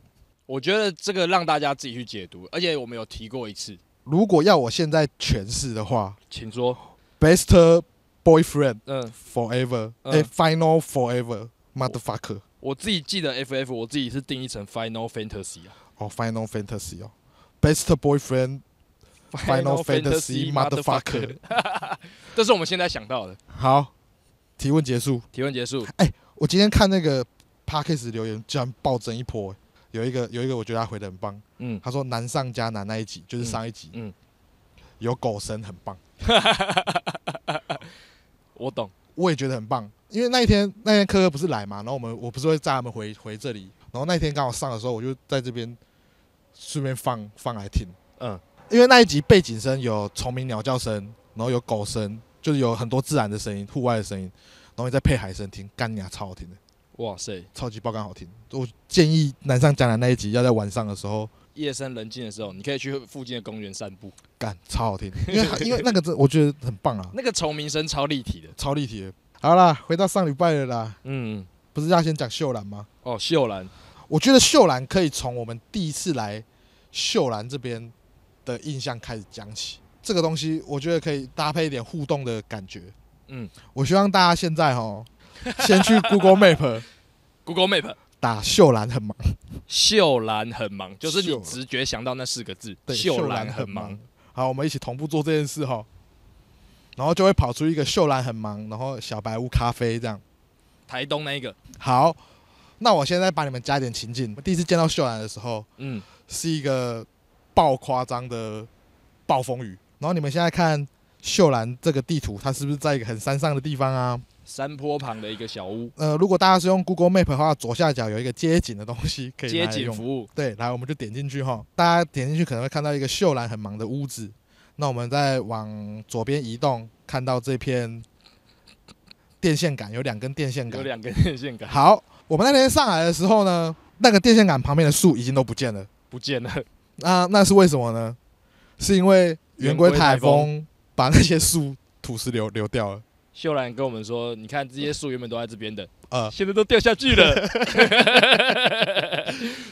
[SPEAKER 1] 我觉得这个让大家自己去解读，而且我们有提过一次，
[SPEAKER 2] 如果要我现在诠释的话
[SPEAKER 1] 请说。
[SPEAKER 2] ，Best Boyfriend
[SPEAKER 1] 嗯，
[SPEAKER 2] Forever，
[SPEAKER 1] 嗯
[SPEAKER 2] 哎、f i n a l Forever Motherfucker，
[SPEAKER 1] 我自己记得 FF，我自己是定义成 Final Fantasy 啊
[SPEAKER 2] 哦，Final Fantasy 哦，Best Boyfriend Final Fantasy motherfucker
[SPEAKER 1] 这是我们现在想到的。
[SPEAKER 2] 好，提问结束。
[SPEAKER 1] 提问结束，
[SPEAKER 2] 我今天看那个 Parkes 留言，居然暴增一波、欸有一个有一个，我觉得他回的很棒。
[SPEAKER 1] 嗯，
[SPEAKER 2] 他说难上加难那一集，就是上一集，
[SPEAKER 1] 嗯嗯
[SPEAKER 2] 有狗声很棒，
[SPEAKER 1] 我懂。
[SPEAKER 2] 我也觉得很棒。因为那一天那天科科不是来嘛，然后我们我不是会载他们回回这里，然后那一天刚好上的时候，我就在这边顺便放放来听。
[SPEAKER 1] 嗯，
[SPEAKER 2] 因为那一集背景声有虫鸣鸟叫声，然后有狗声，就是有很多自然的声音、户外的声音，然后你再配海声听，干你啊，超好听的。
[SPEAKER 1] 哇塞，
[SPEAKER 2] 超级爆肝好听。我建议南上江南那一集要在晚上的时候
[SPEAKER 1] 夜深人静的时候，你可以去附近的公园散步，
[SPEAKER 2] 干，超好听，因为它因为那个真我觉得很棒啊，
[SPEAKER 1] 那个虫鸣声超立体的。
[SPEAKER 2] 超立体的。好啦，回到上礼拜了啦，
[SPEAKER 1] 嗯，
[SPEAKER 2] 不是要先讲秀兰吗？
[SPEAKER 1] 哦，秀兰，
[SPEAKER 2] 我觉得秀兰可以从我们第一次来秀兰这边的印象开始讲起。这个东西我觉得可以搭配一点互动的感觉。
[SPEAKER 1] 嗯
[SPEAKER 2] 我希望大家现在哦， 先去 Google Map
[SPEAKER 1] ，Google Map，
[SPEAKER 2] 打秀兰 很忙，
[SPEAKER 1] 秀兰很忙，就是
[SPEAKER 2] 秀
[SPEAKER 1] 你
[SPEAKER 2] 兰
[SPEAKER 1] 直觉想到那四个字，
[SPEAKER 2] 对，
[SPEAKER 1] 秀
[SPEAKER 2] 兰
[SPEAKER 1] 兰很
[SPEAKER 2] 忙
[SPEAKER 1] 忙。。
[SPEAKER 2] 好，我们一起同步做这件事哈、然后就会跑出一个秀兰很忙，然后小白屋咖啡这样。
[SPEAKER 1] 台东那一个，
[SPEAKER 2] 好，那我现在帮你们加一点情境。第一次见到秀兰的时候，
[SPEAKER 1] 嗯，
[SPEAKER 2] 是一个爆夸张的暴风雨。然后你们现在看秀兰这个地图，它是不是在一个很山上的地方啊？
[SPEAKER 1] 山坡旁的一个小屋，
[SPEAKER 2] 呃，如果大家是用 Google Map 的话，左下角有一个街景的东西可以拿
[SPEAKER 1] 街
[SPEAKER 2] 来
[SPEAKER 1] 景
[SPEAKER 2] 用。
[SPEAKER 1] 服务，
[SPEAKER 2] 对，来我们就点进去哈，大家点进去可能会看到一个秀兰很忙的屋子。那我们再往左边移动，看到这片电线杆有两根电线
[SPEAKER 1] 有
[SPEAKER 2] 杆。
[SPEAKER 1] 两根电线杆
[SPEAKER 2] 好，我们那天上来的时候呢，那个电线杆旁边的树已经都不见了。
[SPEAKER 1] 不见了，
[SPEAKER 2] 那那是为什么呢？是因为圆规台风把那些树土石流流掉了。
[SPEAKER 1] 秀兰跟我们说，你看这些树原本都在这边的，
[SPEAKER 2] 呃
[SPEAKER 1] 现在都掉下去 了。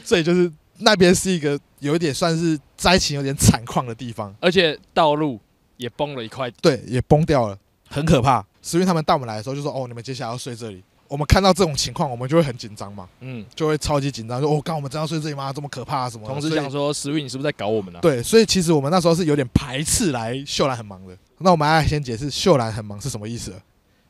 [SPEAKER 2] 所以就是那边是一个有一点算是灾情有点惨况的地方，
[SPEAKER 1] 而且道路也崩了一块，
[SPEAKER 2] 对，也崩掉了，很可怕。所以他们带我们来的时候就说：“哦，你们接下来要睡这里。”我们看到这种情况，我们就会很紧张嘛，
[SPEAKER 1] 嗯，
[SPEAKER 2] 就会超级紧张，说：“哦，刚我们真的要睡这里吗？这么可怕、啊、什么的？”
[SPEAKER 1] 同时
[SPEAKER 2] 所以
[SPEAKER 1] 想说，石玉你是不是在搞我们呢、啊？
[SPEAKER 2] 对，所以其实我们那时候是有点排斥来秀兰很忙的。那我们来先解释秀兰很忙是什么意思了。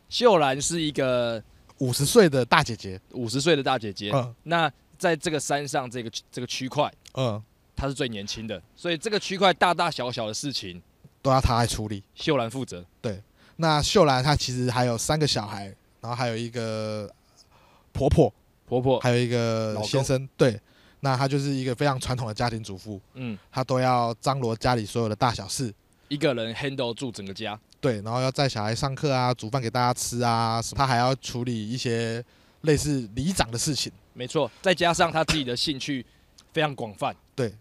[SPEAKER 1] 秀兰是一个
[SPEAKER 2] 五十岁的大姐姐，
[SPEAKER 1] 五十岁的大姐姐，
[SPEAKER 2] 嗯
[SPEAKER 1] 那在这个山上这个这个区块，
[SPEAKER 2] 嗯，
[SPEAKER 1] 她是最年轻的，所以这个区块大大小小的事情，
[SPEAKER 2] 都要她来处理。
[SPEAKER 1] 秀兰负责。
[SPEAKER 2] 那秀兰她其实还有三个小孩，然后还有一个婆婆，
[SPEAKER 1] 婆婆，
[SPEAKER 2] 还有一个
[SPEAKER 1] 老公
[SPEAKER 2] 先生。对，那她就是一个非常传统的家庭主妇，
[SPEAKER 1] 嗯，
[SPEAKER 2] 她都要张罗家里所有的大小事。
[SPEAKER 1] 一个人 handle 住整个家，
[SPEAKER 2] 对，然后要带小孩上课啊，煮饭给大家吃啊，什么她还要处理一些类似里长的事情。
[SPEAKER 1] 没错。再加上她自己的兴趣非常广泛，
[SPEAKER 2] 对，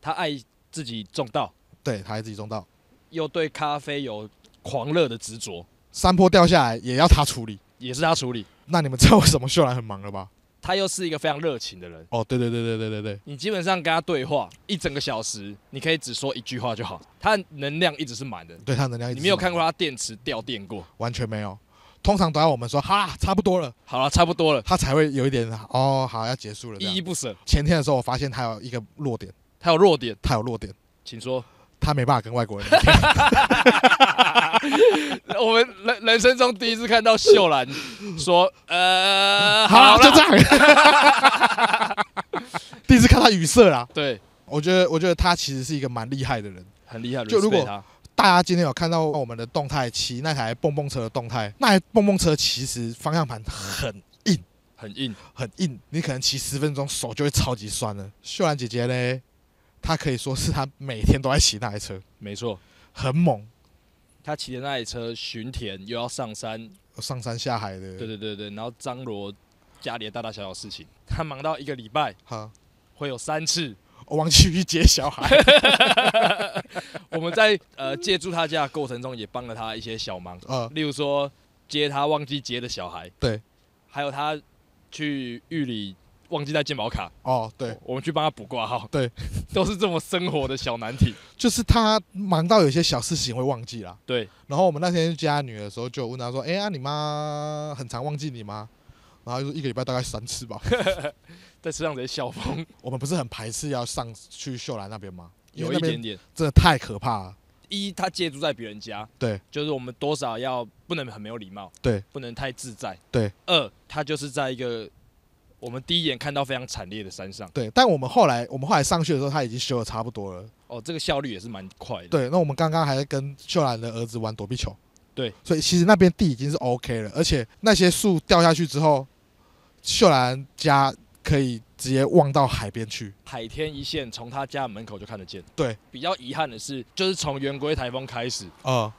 [SPEAKER 1] 她爱自己种稻，
[SPEAKER 2] 对，她还自己种稻，
[SPEAKER 1] 又对咖啡有狂热的执着，
[SPEAKER 2] 山坡掉下来也要她处理。
[SPEAKER 1] 也是她处理。
[SPEAKER 2] 那你们知道为什么秀兰很忙了吧？
[SPEAKER 1] 她又是一个非常热情的人，
[SPEAKER 2] 哦，对对对对对对对，
[SPEAKER 1] 你基本上跟她对话一整个小时，你可以只说一句话就好，她的能量一直是满的。
[SPEAKER 2] 对她能量一直
[SPEAKER 1] 你没有
[SPEAKER 2] 是
[SPEAKER 1] 看过她电池掉电过？
[SPEAKER 2] 完全没有，通常都要我们说哈差不多了。
[SPEAKER 1] 好了，差不多了，
[SPEAKER 2] 他才会有一点哦，好要结束了这
[SPEAKER 1] 依依
[SPEAKER 2] 样。
[SPEAKER 1] 不舍。
[SPEAKER 2] 前天的时候，我发现他有一个弱点，
[SPEAKER 1] 她有弱点，
[SPEAKER 2] 他有弱 点，
[SPEAKER 1] 请说。
[SPEAKER 2] 他没办法跟外国人聊天。
[SPEAKER 1] 我们人人生中第一次看到秀 兰说：“呃，
[SPEAKER 2] 好，
[SPEAKER 1] 好
[SPEAKER 2] 就
[SPEAKER 1] 了。
[SPEAKER 2] 这样。 第一次看他语塞啦”，
[SPEAKER 1] 对，
[SPEAKER 2] 我觉得，我觉得他其实是一个蛮厉害的人。
[SPEAKER 1] 很厉害。
[SPEAKER 2] 就
[SPEAKER 1] respect
[SPEAKER 2] 如果
[SPEAKER 1] 她
[SPEAKER 2] 大家今天有看到我们的动态，骑那台蹦蹦车的动态，那台蹦蹦车其实方向盘很
[SPEAKER 1] 很硬，
[SPEAKER 2] 很硬，你可能骑十分钟手就会超级酸了。秀兰姐姐呢，她可以说是她每天都在骑那台车，
[SPEAKER 1] 没错。
[SPEAKER 2] 很猛，
[SPEAKER 1] 她骑的那台车巡田，又要上山，
[SPEAKER 2] 上山下海
[SPEAKER 1] 对
[SPEAKER 2] 的。
[SPEAKER 1] 对对对，然后张罗家里的大大小小事情。她忙到一个礼拜
[SPEAKER 2] 好，
[SPEAKER 1] 会有三次。
[SPEAKER 2] 我忘记去接 小孩。
[SPEAKER 1] 我们在呃借住她家的过程中，也帮了她一些小忙，
[SPEAKER 2] 呃，
[SPEAKER 1] 例如说接她忘记接的小孩，
[SPEAKER 2] 对，
[SPEAKER 1] 还有她去玉里忘记带健保卡，
[SPEAKER 2] 哦，对，
[SPEAKER 1] 我们去帮他补挂号。
[SPEAKER 2] 对，
[SPEAKER 1] 都是这么生活的小难题。
[SPEAKER 2] 就是他忙到有些小事情会忘记啦。
[SPEAKER 1] 对，
[SPEAKER 2] 然后我们那天去接他女儿的时候，就有问他说：“哎、呀、你妈很常忘记你吗？”然后就说一个礼拜大概三 次吧。
[SPEAKER 1] 在车上直接笑疯，
[SPEAKER 2] 我们不是很排斥要上去秀兰那边吗？因
[SPEAKER 1] 有
[SPEAKER 2] 为
[SPEAKER 1] 一
[SPEAKER 2] 那
[SPEAKER 1] 点
[SPEAKER 2] 边
[SPEAKER 1] 点。
[SPEAKER 2] 真的太可怕了。
[SPEAKER 1] 一，他借住在别人家，
[SPEAKER 2] 对，
[SPEAKER 1] 就是我们多少要不能很没有礼貌，
[SPEAKER 2] 对，
[SPEAKER 1] 不能太自在，
[SPEAKER 2] 对。
[SPEAKER 1] 二，他就是在一个我们第一眼看到非常惨烈的山上，
[SPEAKER 2] 对，但我们后来我们后来上去的时候，他已经修的差不多了。
[SPEAKER 1] 哦，这个效率也是蛮快的。，
[SPEAKER 2] 对，那我们刚刚还在跟秀兰的儿子玩躲避球。
[SPEAKER 1] 对，
[SPEAKER 2] 所以其实那边地已经是 OK 了，而且那些树掉下去之后，秀兰家可以直接望到海边去。
[SPEAKER 1] 海天一线，从他家门口就看得见。
[SPEAKER 2] 对，
[SPEAKER 1] 比较遗憾的是，就是从圆规台风开始，
[SPEAKER 2] 啊、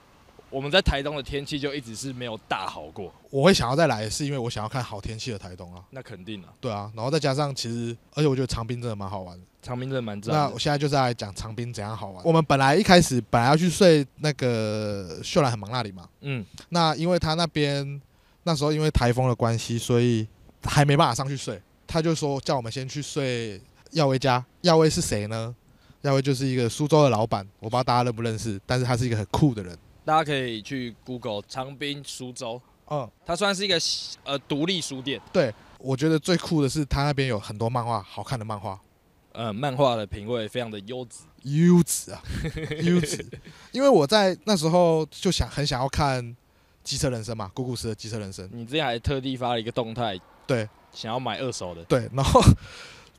[SPEAKER 1] 我们在台东的天气就一直是没有大好过，
[SPEAKER 2] 我会想要再来，是因为我想要看好天气的台东啊。
[SPEAKER 1] 那肯定啊，
[SPEAKER 2] 对啊，然后再加上其实，而且我觉得长滨真的蛮好玩的。
[SPEAKER 1] 长滨真的蛮赞
[SPEAKER 2] 那
[SPEAKER 1] 的
[SPEAKER 2] 我。现在就是要来讲长滨怎样好玩。我们本来一开始本来要去睡那个秀兰很忙那里嘛，
[SPEAKER 1] 嗯，
[SPEAKER 2] 那因为他那边那时候因为台风的关系，所以还没办法上去睡。他就说叫我们先去睡耀威家。耀威是谁呢？耀威就是一个苏州的老板，我不知道大家认不认识，但是他是一个很酷的人。
[SPEAKER 1] 大家可以去 Google 长滨苏州，
[SPEAKER 2] 嗯，
[SPEAKER 1] 它算是一个呃独立书店，
[SPEAKER 2] 我觉得最酷的是他那边有很多漫画，好看的漫画，
[SPEAKER 1] 呃，漫画的品味非常的优质。
[SPEAKER 2] 优质啊，优质。因为我在那时候就想很想要看《机车人生》嘛，古古斯的《机车人生》。
[SPEAKER 1] 你之前还特地发了一个动态，
[SPEAKER 2] 对，
[SPEAKER 1] 想要买二手的，
[SPEAKER 2] 对，然后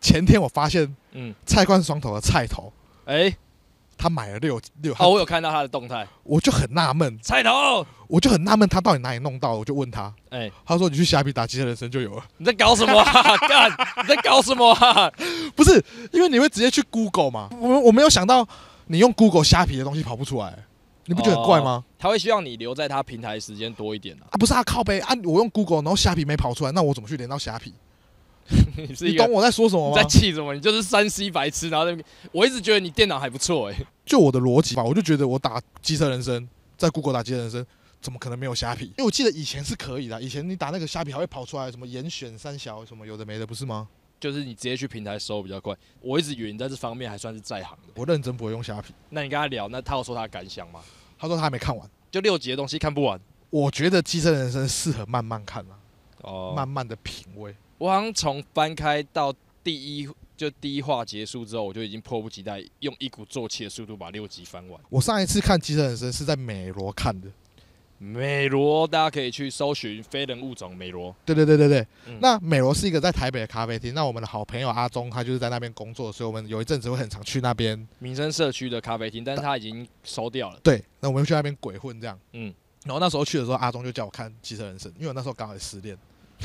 [SPEAKER 2] 前天我发现
[SPEAKER 1] 嗯，
[SPEAKER 2] 菜冠双头的菜头，
[SPEAKER 1] 哎、
[SPEAKER 2] 他买了六六，
[SPEAKER 1] 哦，我有看到他的动态，
[SPEAKER 2] 我就很纳闷，
[SPEAKER 1] 菜头，
[SPEAKER 2] 我就很纳闷他到底哪里弄到的，我就问他，
[SPEAKER 1] 哎、
[SPEAKER 2] 他说你去虾皮打《机车人生》就有了，
[SPEAKER 1] 你在搞什么 啊？干，你在搞什么啊？
[SPEAKER 2] 不是因为你会直接去 Google 嘛？我我没有想到你用 Google 虾皮的东西跑不出来，你不觉得很怪吗？
[SPEAKER 1] 他会希望你留在他平台时间多一点啊。
[SPEAKER 2] 啊，不是啊，靠背啊，我用 Google，然后虾皮没跑出来，那我怎么去连到虾皮？
[SPEAKER 1] 你是
[SPEAKER 2] 你
[SPEAKER 1] 一个
[SPEAKER 2] 懂我在说什
[SPEAKER 1] 你
[SPEAKER 2] 么
[SPEAKER 1] 在
[SPEAKER 2] 吗？
[SPEAKER 1] 气什么？你就是山西白痴。然后在那边，我一直觉得你电脑还不错哎、
[SPEAKER 2] 就我的逻辑吧，我就觉得我打《机车人生》在 Google 打《机车人生》。怎么可能没有虾皮？因为我记得以前是可以的啊，以前你打那个虾皮还会跑出来什么严选三小什么有的没的，不是吗？
[SPEAKER 1] 就是你直接去平台收比较快。我一直以为你在这方面还算是在行的。
[SPEAKER 2] 我认真不会用虾皮。
[SPEAKER 1] 那你跟他聊，那他有说他的感想吗？
[SPEAKER 2] 他说他还没看完，
[SPEAKER 1] 就六集的东西看不完
[SPEAKER 2] 我觉得《机车人生》适合慢慢看啊，
[SPEAKER 1] 哦
[SPEAKER 2] 慢慢的品味。
[SPEAKER 1] 我好像从翻开到第一就第一话结束之后，我就已经迫不及待用一鼓作气的速度把六集翻完。
[SPEAKER 2] 我上一次看《机车人生》是在美罗看的，
[SPEAKER 1] 美罗，大家可以去搜寻非人物种美罗。
[SPEAKER 2] 对对对对对。
[SPEAKER 1] 嗯
[SPEAKER 2] 那美罗是一个在台北的咖啡厅，那我们的好朋友阿忠他就是在那边工作，所以我们有一阵子会很常去那边。
[SPEAKER 1] 民生社区的咖啡厅，但是他已经收掉了。
[SPEAKER 2] 对，那我们会去那边鬼混这样。
[SPEAKER 1] 嗯，
[SPEAKER 2] 然后那时候去的时候，阿忠就叫我看《机车人生》，因为我那时候刚好也失恋，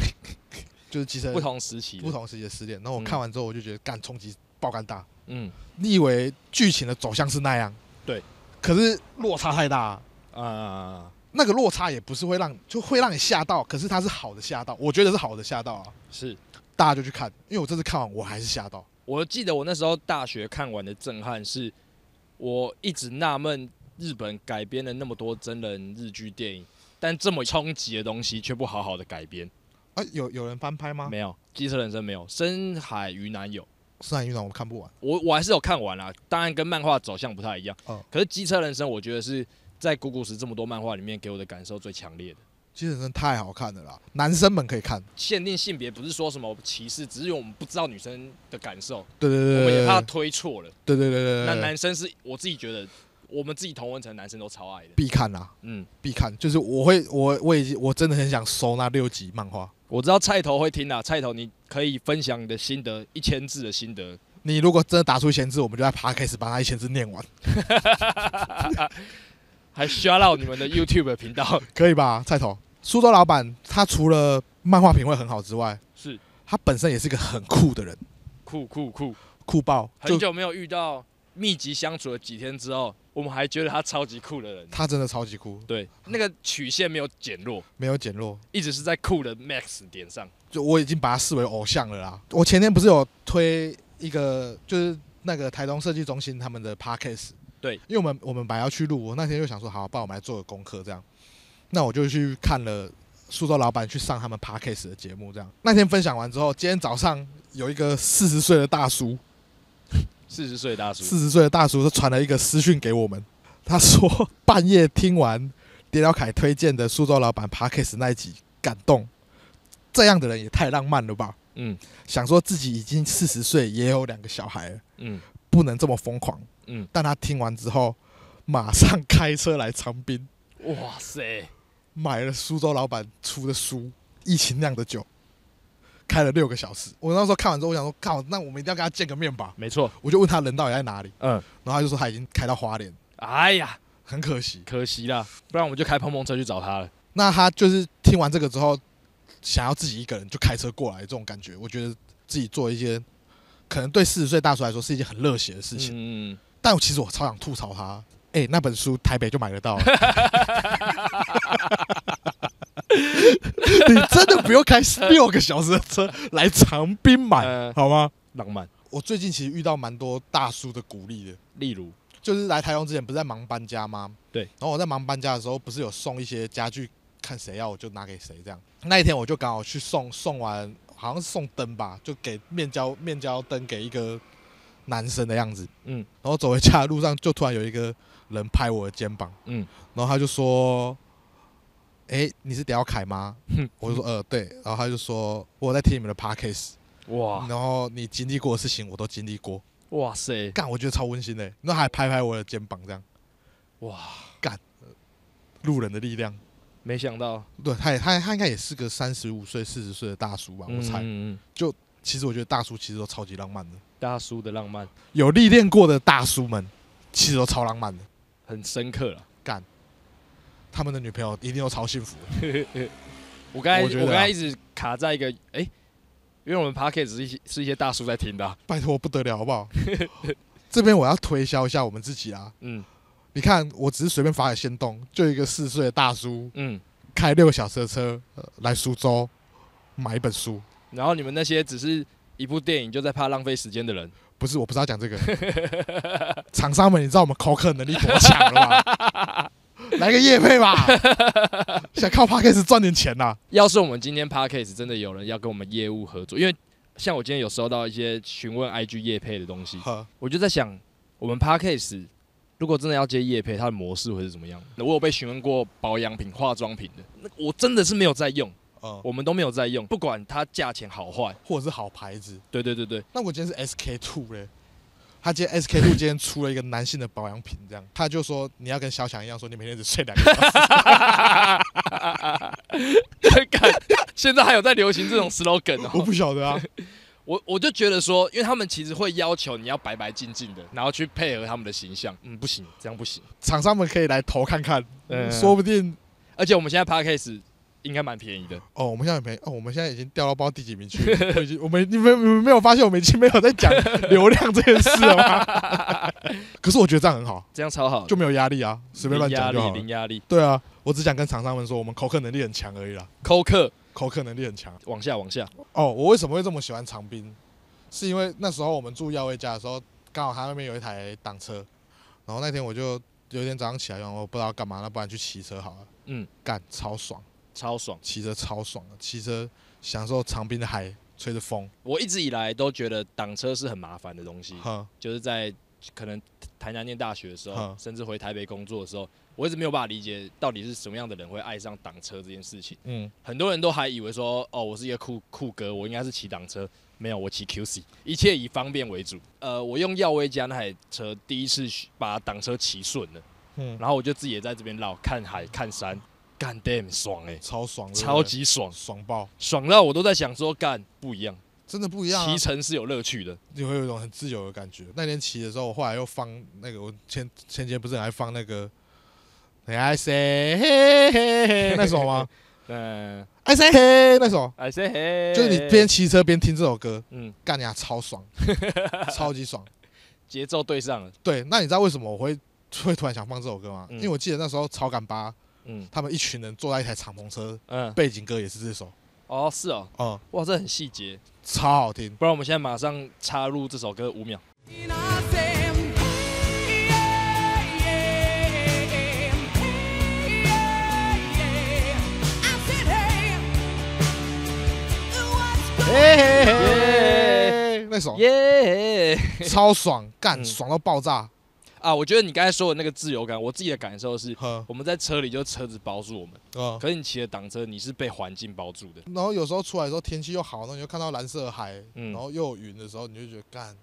[SPEAKER 2] 就是机车人
[SPEAKER 1] 不同时期的，
[SPEAKER 2] 不同时期的失恋。然后我
[SPEAKER 1] 嗯
[SPEAKER 2] 看完之后，我就觉得干冲击爆干大。
[SPEAKER 1] 嗯
[SPEAKER 2] 你以为剧情的走向是那样，
[SPEAKER 1] 对，
[SPEAKER 2] 可是落差太大啊、
[SPEAKER 1] 啊、
[SPEAKER 2] 那个落差也不是会让就会让你吓到，可是它是好的吓到，我觉得是好的吓到啊，
[SPEAKER 1] 是。
[SPEAKER 2] 大家就去看，因为我这次看完我还是吓到，
[SPEAKER 1] 我记得我那时候大学看完的震撼是，我一直纳闷日本改编了那么多真人日剧电影，但这么冲击的东西却不好好的改编。
[SPEAKER 2] 啊，有有人翻拍吗？
[SPEAKER 1] 没有，《机车人生》没有，《深海鱼男》有。
[SPEAKER 2] 《深海鱼男》我看不完，
[SPEAKER 1] 我我还是有看完啦，当然跟漫画走向不太一样。
[SPEAKER 2] 哦
[SPEAKER 1] 可是《机车人生》我觉得是在古古时这么多漫画里面给我的感受最强烈的。
[SPEAKER 2] 《机器人生》太好看了啦，男生们可以看，
[SPEAKER 1] 限定性别不是说什么歧视，只是因为我们不知道女生的感受，
[SPEAKER 2] 对对
[SPEAKER 1] 我
[SPEAKER 2] 对
[SPEAKER 1] 们
[SPEAKER 2] 对
[SPEAKER 1] 也怕
[SPEAKER 2] 对，
[SPEAKER 1] 推错了。
[SPEAKER 2] 对对对对
[SPEAKER 1] 那
[SPEAKER 2] 对对，
[SPEAKER 1] 男生是我自己觉得，我们自己同文层男生都超爱的。
[SPEAKER 2] 必看啦，
[SPEAKER 1] 嗯，
[SPEAKER 2] 必看，就是我会我我已经我真的很想收那六集漫画。
[SPEAKER 1] 我知道菜头会听啦，菜头你可以分享你的心得，一千字的心得。
[SPEAKER 2] 你如果真的打出一千字，我们就在 p 开始把那一千字念完，
[SPEAKER 1] 还 shout out 你们的 YouTube 频 道，
[SPEAKER 2] 可以吧？菜头，苏州老板他除了漫画品味很好之外，
[SPEAKER 1] 是
[SPEAKER 2] 他本身也是一个很酷的人，
[SPEAKER 1] 酷酷酷！
[SPEAKER 2] 酷爆，就
[SPEAKER 1] 很久没有遇到密集相处了几天之后，我们还觉得他超级酷的人。
[SPEAKER 2] 他真的超级酷，
[SPEAKER 1] 对，那个曲线没有减弱，
[SPEAKER 2] 没有减弱。
[SPEAKER 1] 一直是在酷的 max 点上。
[SPEAKER 2] 就我已经把他视为偶像了啦。我前天不是有推一个，就是那个台东设计中心他们的 podcast，
[SPEAKER 1] 对，
[SPEAKER 2] 因为我们我们本来要去录，我那天就想说，好，帮我们来做个功课这样。那我就去看了苏州老板去上他们 podcast 的节目，这样。那天分享完之后，今天早上有一个四十岁的大叔，
[SPEAKER 1] 四十岁大叔，
[SPEAKER 2] 四十岁的大叔，他传了一个私讯给我们，他说半夜听完蝶了凯推荐的苏州老板 podcast 那一集，感动。这样的人也太浪漫了吧！
[SPEAKER 1] 嗯
[SPEAKER 2] 想说自己已经四十岁，也有两个小孩了，
[SPEAKER 1] 嗯
[SPEAKER 2] 不能这么疯狂。
[SPEAKER 1] 嗯，
[SPEAKER 2] 但他听完之后，马上开车来长滨，
[SPEAKER 1] 哇塞，
[SPEAKER 2] 买了苏州老板出的书《疫情酿的酒》，开了六个小时。我那时候看完之后，我想说，靠，那我们一定要跟他见个面吧。
[SPEAKER 1] 没错，
[SPEAKER 2] 我就问他人到底在哪里，
[SPEAKER 1] 嗯，
[SPEAKER 2] 然后他就说他已经开到花莲，
[SPEAKER 1] 哎呀，
[SPEAKER 2] 很可惜。
[SPEAKER 1] 可惜啦，不然我们就开碰碰车去找他了。
[SPEAKER 2] 那他就是听完这个之后，想要自己一个人就开车过来，这种感觉，我觉得自己做一些可能对四十岁大叔来说是一件很热血的事情。
[SPEAKER 1] 嗯，
[SPEAKER 2] 但我其实我超想吐槽他。哎、哎、那本书台北就买得 到了。你真的不用开六个小时的车来长滨买，
[SPEAKER 1] 呃，
[SPEAKER 2] 好吗？
[SPEAKER 1] 浪漫，
[SPEAKER 2] 我最近其实遇到蛮多大叔的鼓励的，
[SPEAKER 1] 例如，
[SPEAKER 2] 就是来台中之前不是在忙搬家吗？
[SPEAKER 1] 对
[SPEAKER 2] 然后我在忙搬家的时候，不是有送一些家具，看谁要我就拿给谁这样。那一天我就刚好去送，送完好像是送灯吧，就给面交面交灯给一个男生的样子。
[SPEAKER 1] 嗯
[SPEAKER 2] 然后走回家的路上，就突然有一个人拍我的肩膀，
[SPEAKER 1] 嗯，
[SPEAKER 2] 然后他就说：“哎、你是屌凯吗
[SPEAKER 1] 哼？”
[SPEAKER 2] 我就说：“呃，对。”然后他就说：“我有在听你们的 podcast，
[SPEAKER 1] 哇
[SPEAKER 2] 然后你经历过的事情我都经历过，
[SPEAKER 1] 哇塞，
[SPEAKER 2] 干，我觉得超温馨的、那还拍拍我的肩膀，这样
[SPEAKER 1] 哇，
[SPEAKER 2] 路人的力量。
[SPEAKER 1] 没想到，
[SPEAKER 2] 对，他也他他应该也是个三十五岁、四十岁的大叔吧，我猜。
[SPEAKER 1] 嗯嗯嗯
[SPEAKER 2] 其实我觉得大叔其实都超级浪漫的，
[SPEAKER 1] 大叔的浪漫
[SPEAKER 2] 有历练过的大叔们其实都超浪漫的，
[SPEAKER 1] 很深刻了。
[SPEAKER 2] 他们的女朋友一定都超幸福的。
[SPEAKER 1] 我刚才
[SPEAKER 2] 我觉得啊
[SPEAKER 1] 我刚才一直卡在一个哎、因为我们 p a c k a g e 是一些是一些大叔在听的啊、
[SPEAKER 2] 拜托不得了，好不 好？这边我要推销一下我们自己啊！
[SPEAKER 1] 嗯
[SPEAKER 2] 你看，我只是随便发个先动，就有一个四十岁的大叔
[SPEAKER 1] 嗯。
[SPEAKER 2] 开六个小时的车、呃来苏州买一本书。
[SPEAKER 1] 然后你们那些只是一部电影就在怕浪费时间的人，
[SPEAKER 2] 不是，我不是要讲这个。厂商们，你知道我们口渴能力多强了吧？来个夜配吧，想靠 p a c k a g e 赚点钱呐、
[SPEAKER 1] 要是我们今天 p a c k a g e 真的有人要跟我们业务合作，因为像我今天有收到一些询问 IG 业配的东西，
[SPEAKER 2] 呵，
[SPEAKER 1] 我就在想，我们 p a c k a g e 如果真的要接业配，它的模式会是怎么样？我有被询问过保养品、化妆品的，那我真的是没有在用，
[SPEAKER 2] 呃，
[SPEAKER 1] 我们都没有在用，不管它价钱好坏。
[SPEAKER 2] 或者是好牌子。
[SPEAKER 1] 对对对对，
[SPEAKER 2] 那我今天是 SK two 嘞，他今天 SK two 今天出了一个男性的保养品，这样他就说你要跟小强一样，说你每天只睡两个小时。
[SPEAKER 1] 干现在还有在流行这种 slogan 哦、
[SPEAKER 2] 我不晓得啊，
[SPEAKER 1] 我我就觉得说，因为他们其实会要求你要白白净净的，然后去配合他们的形象。嗯，不行，这样不行。
[SPEAKER 2] 厂商们可以来投看看，
[SPEAKER 1] 嗯
[SPEAKER 2] 说不定
[SPEAKER 1] 而且我们现在 podcast 应该蛮便宜的，
[SPEAKER 2] 哦，我们现在没哦，我们现在已经掉到不知道第几名去 了，我已经我们你们你们没有发现我们已经没有在讲流量这件事了吗？ 可是我觉得这样很好，
[SPEAKER 1] 这样超好的，
[SPEAKER 2] 就没有压力啊，随便乱
[SPEAKER 1] 零压
[SPEAKER 2] 讲就好
[SPEAKER 1] 力，
[SPEAKER 2] 了
[SPEAKER 1] 零。压力。
[SPEAKER 2] 对啊，我只想跟厂商们说，我们口渴能力很强而已啦，
[SPEAKER 1] 扣客
[SPEAKER 2] 口渴能力很强。
[SPEAKER 1] 往下往下，
[SPEAKER 2] 哦，我为什么会这么喜欢长滨？是因为那时候我们住耀威家的时候，刚好他那边有一台挡车，然后那天我就有一天早上起来，然后我不知道干嘛，那不然去骑车好了。
[SPEAKER 1] 嗯，
[SPEAKER 2] 干超爽，
[SPEAKER 1] 超爽。
[SPEAKER 2] 骑车超爽的，骑车享受长滨的海，吹着风，
[SPEAKER 1] 我一直以来都觉得挡车是很麻烦的东西，
[SPEAKER 2] 哼，
[SPEAKER 1] 就是在可能台南念大学的时候
[SPEAKER 2] 嗯，
[SPEAKER 1] 甚至回台北工作的时候，我一直没有办法理解到底是什么样的人会爱上挡车这件事情。
[SPEAKER 2] 嗯，
[SPEAKER 1] 很多人都还以为说，哦，我是一个酷酷哥，我应该是骑挡车，没有，我骑 QC，一切以方便为主。呃，我用耀威家那台车第一次学把挡车骑顺了，
[SPEAKER 2] 嗯，
[SPEAKER 1] 然后我就自己也在这边绕，看海看山，干 damn 爽哎、
[SPEAKER 2] 超爽，对不对
[SPEAKER 1] 超级爽，
[SPEAKER 2] 爽爆，
[SPEAKER 1] 爽到我都在想说，干不一样，
[SPEAKER 2] 真的不一样、啊
[SPEAKER 1] 骑，乘是有乐趣的，
[SPEAKER 2] 你会有一种很自由的感觉。那天骑的时候，我后来又放那个，我前前几天不是很爱放那个，你爱谁嘿嘿嘿那首吗？
[SPEAKER 1] 嗯、
[SPEAKER 2] 爱谁嘿那首。
[SPEAKER 1] i say hey，
[SPEAKER 2] 就是你边骑车边听这首歌，
[SPEAKER 1] 嗯
[SPEAKER 2] 干呀超爽，超级爽。
[SPEAKER 1] 节奏对上了，
[SPEAKER 2] 对，那你知道为什么我会会突然想放这首歌吗？
[SPEAKER 1] 嗯
[SPEAKER 2] 因为我记得那时候草感吧，
[SPEAKER 1] 嗯
[SPEAKER 2] 他们一群人坐在一台敞篷车，
[SPEAKER 1] 嗯，
[SPEAKER 2] 背景歌也是这首，
[SPEAKER 1] 哦是哦，
[SPEAKER 2] 嗯，
[SPEAKER 1] 哇这很细节，
[SPEAKER 2] 超好听。
[SPEAKER 1] 不然我们现在马上插入这首歌五秒，
[SPEAKER 2] 嘿嘿
[SPEAKER 1] 耶
[SPEAKER 2] 嘿，那首
[SPEAKER 1] 耶、
[SPEAKER 2] 超爽，干
[SPEAKER 1] 嗯
[SPEAKER 2] 爽到爆炸。
[SPEAKER 1] 啊，我觉得你刚才说的那个自由感，我自己的感受是，
[SPEAKER 2] 呵，
[SPEAKER 1] 我们在车里就车子包住我们，
[SPEAKER 2] 嗯。
[SPEAKER 1] 可是你骑了挡车，你是被环境包住的。
[SPEAKER 2] 然后有时候出来的时候天气又好，然后你就看到蓝色的海，
[SPEAKER 1] 嗯
[SPEAKER 2] 然后又有云的时候，你就觉得干，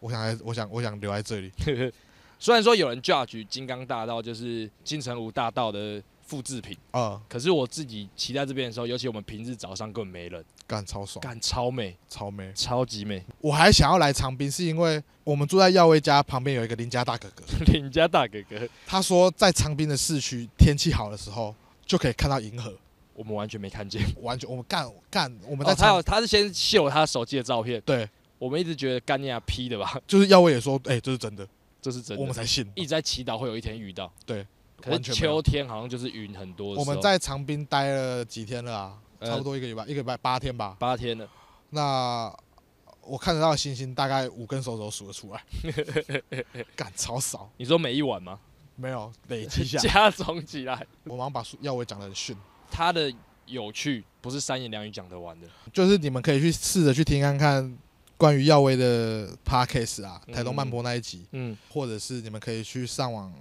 [SPEAKER 2] 我想来，我想我想留在这里。
[SPEAKER 1] 虽然说有人 judge 金刚大道就是金城武大道的复制品，
[SPEAKER 2] 啊，
[SPEAKER 1] 可是我自己骑在这边的时候，尤其我们平日早上根本没人，
[SPEAKER 2] 干超爽，
[SPEAKER 1] 干超美，
[SPEAKER 2] 超美。
[SPEAKER 1] 超级美。
[SPEAKER 2] 我还想要来长滨，是因为我们住在耀威家旁边有一个邻家大哥 哥，
[SPEAKER 1] 邻家大哥哥，
[SPEAKER 2] 他说在长滨的市区天气好的时候就可以看到银河，
[SPEAKER 1] 我们完全没看见。
[SPEAKER 2] 完全我们干干我们
[SPEAKER 1] 哦，
[SPEAKER 2] 在
[SPEAKER 1] 他
[SPEAKER 2] 长、
[SPEAKER 1] 有他是先秀他手机的照片，
[SPEAKER 2] 对，
[SPEAKER 1] 我们一直觉得干尼亚 P 的吧，
[SPEAKER 2] 就是耀威也说，哎、这是真的，
[SPEAKER 1] 这是真
[SPEAKER 2] 我们
[SPEAKER 1] 的。
[SPEAKER 2] 才信。
[SPEAKER 1] 一直在祈祷会有一天遇到，可是
[SPEAKER 2] 完全没
[SPEAKER 1] 秋
[SPEAKER 2] 有
[SPEAKER 1] 天好像就是云很多的时
[SPEAKER 2] 我
[SPEAKER 1] 候。
[SPEAKER 2] 们在长滨待了几天了啊？
[SPEAKER 1] 呃
[SPEAKER 2] 差不多一个礼拜，一个礼拜八天吧。
[SPEAKER 1] 八天了，
[SPEAKER 2] 那我看得到的星星大概五根手指头数 得出来，干超少，
[SPEAKER 1] 你说每一晚 吗？
[SPEAKER 2] 没有累 积下来。
[SPEAKER 1] 加总起来，
[SPEAKER 2] 我马上把数药味讲得很逊，
[SPEAKER 1] 它的有趣不是三言两语讲得完的。
[SPEAKER 2] 就是你们可以去试着去听看看关于药味的 podcast 啊，台东漫播那一集，
[SPEAKER 1] 嗯，
[SPEAKER 2] 或者是你们可以去上网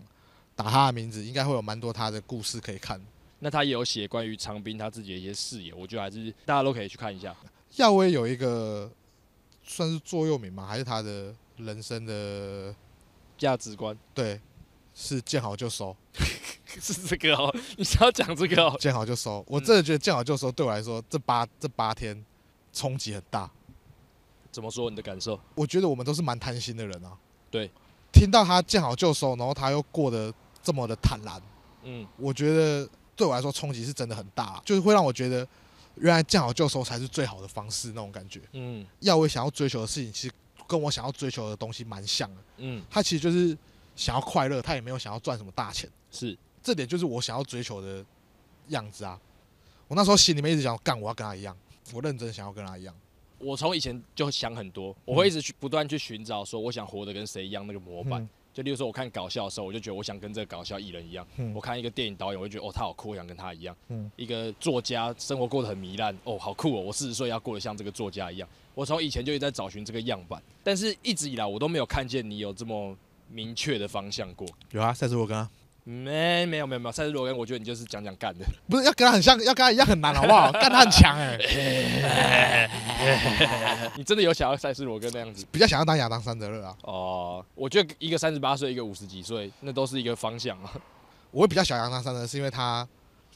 [SPEAKER 2] 打他的名字，应该会有蛮多他的故事可以看。
[SPEAKER 1] 那他也有写关于长滨他自己的一些视野，我觉得还是大家都可以去看一下。
[SPEAKER 2] 耀威有一个算是座右铭吗？还是他的人生的
[SPEAKER 1] 价值观
[SPEAKER 2] 对，是见好就收，
[SPEAKER 1] 是这个哦，你是要讲这个哦？
[SPEAKER 2] 见好就收。我真的觉得见好就收对我来说，这八这八天冲击很大。
[SPEAKER 1] 怎么说你的感受？
[SPEAKER 2] 我觉得我们都是蛮贪心的人啊。
[SPEAKER 1] 对，
[SPEAKER 2] 听到他见好就收，然后他又过得这么的坦然，
[SPEAKER 1] 嗯，
[SPEAKER 2] 我觉得对我来说冲击是真的很大啊，就是会让我觉得原来见好就收才是最好的方式那种感觉。
[SPEAKER 1] 嗯
[SPEAKER 2] 耀威想要追求的事情，其实跟我想要追求的东西蛮像的。
[SPEAKER 1] 嗯，
[SPEAKER 2] 他其实就是想要快乐，他也没有想要赚什么大钱，
[SPEAKER 1] 是
[SPEAKER 2] 这点就是我想要追求的样子啊。我那时候心里面一直想，干，我要跟他一样，我认真想要跟他一样。
[SPEAKER 1] 我从以前就想很多，我会一直去不断去寻找，说我想活得跟谁一样那个模板。
[SPEAKER 2] 嗯
[SPEAKER 1] 就例如说，我看搞笑的时候，我就觉得我想跟这个搞笑艺人一样；
[SPEAKER 2] 嗯
[SPEAKER 1] 我看一个电影导演，我就觉得哦，他好酷，我想跟他一样。
[SPEAKER 2] 嗯
[SPEAKER 1] 一个作家生活过得很糜烂，哦，好酷哦！我四十岁要过得像这个作家一样。我从以前就一直在找寻这个样板，但是一直以来我都没有看见你有这么明确的方向过。
[SPEAKER 2] 有啊，下次我跟他
[SPEAKER 1] 没，没有，没有，没有。赛斯罗根，我觉得你就是讲讲 干的。
[SPEAKER 2] 不是要跟他很像，要跟他一样很难，好不 好？干他很强哎、
[SPEAKER 1] 你真的有想要赛斯罗根那样子？
[SPEAKER 2] 比较想要当亚当桑德勒啊，
[SPEAKER 1] 哦、我觉得一个三十八岁，一个五十几岁，那都是一个方向啊。
[SPEAKER 2] 我会比较想要亚当桑德勒，是因为他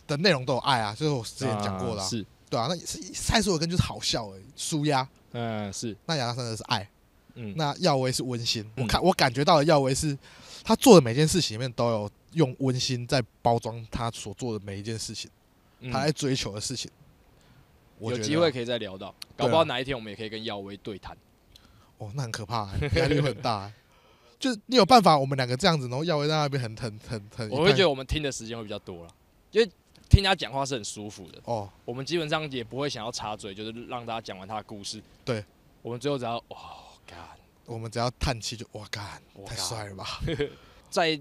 [SPEAKER 2] 的内容都有爱啊，就是我之前讲过的、啊，
[SPEAKER 1] 是，
[SPEAKER 2] 对啊，那是塞索尔根就是好笑哎、舒压，
[SPEAKER 1] 嗯，是，
[SPEAKER 2] 那亚当桑德勒是爱。
[SPEAKER 1] 嗯，
[SPEAKER 2] 那耀威是温馨，
[SPEAKER 1] 嗯
[SPEAKER 2] 我看我感觉到的耀威是，他做的每件事情里面都有用温馨在包装他所做的每一件事情，
[SPEAKER 1] 嗯
[SPEAKER 2] 他在追求的事情。我
[SPEAKER 1] 有
[SPEAKER 2] 觉
[SPEAKER 1] 机
[SPEAKER 2] 得啊
[SPEAKER 1] 会可以再聊到，搞不好哪一天我们也可以跟耀威对谈。
[SPEAKER 2] 哦，那很可怕、 欸，压力会很大、欸。就你有办法，我们两个这样子，然后耀威在那边很很很很，
[SPEAKER 1] 我会觉得我们听的时间会比较多了，因为听他讲话是很舒服的。
[SPEAKER 2] 哦，
[SPEAKER 1] 我们基本上也不会想要插嘴，就是让大家讲完他的故事。
[SPEAKER 2] 对，
[SPEAKER 1] 我们最后只要哦，干，
[SPEAKER 2] 我们只要叹气就哇干，
[SPEAKER 1] 我
[SPEAKER 2] 太
[SPEAKER 1] 干
[SPEAKER 2] 帅了 吧？
[SPEAKER 1] 在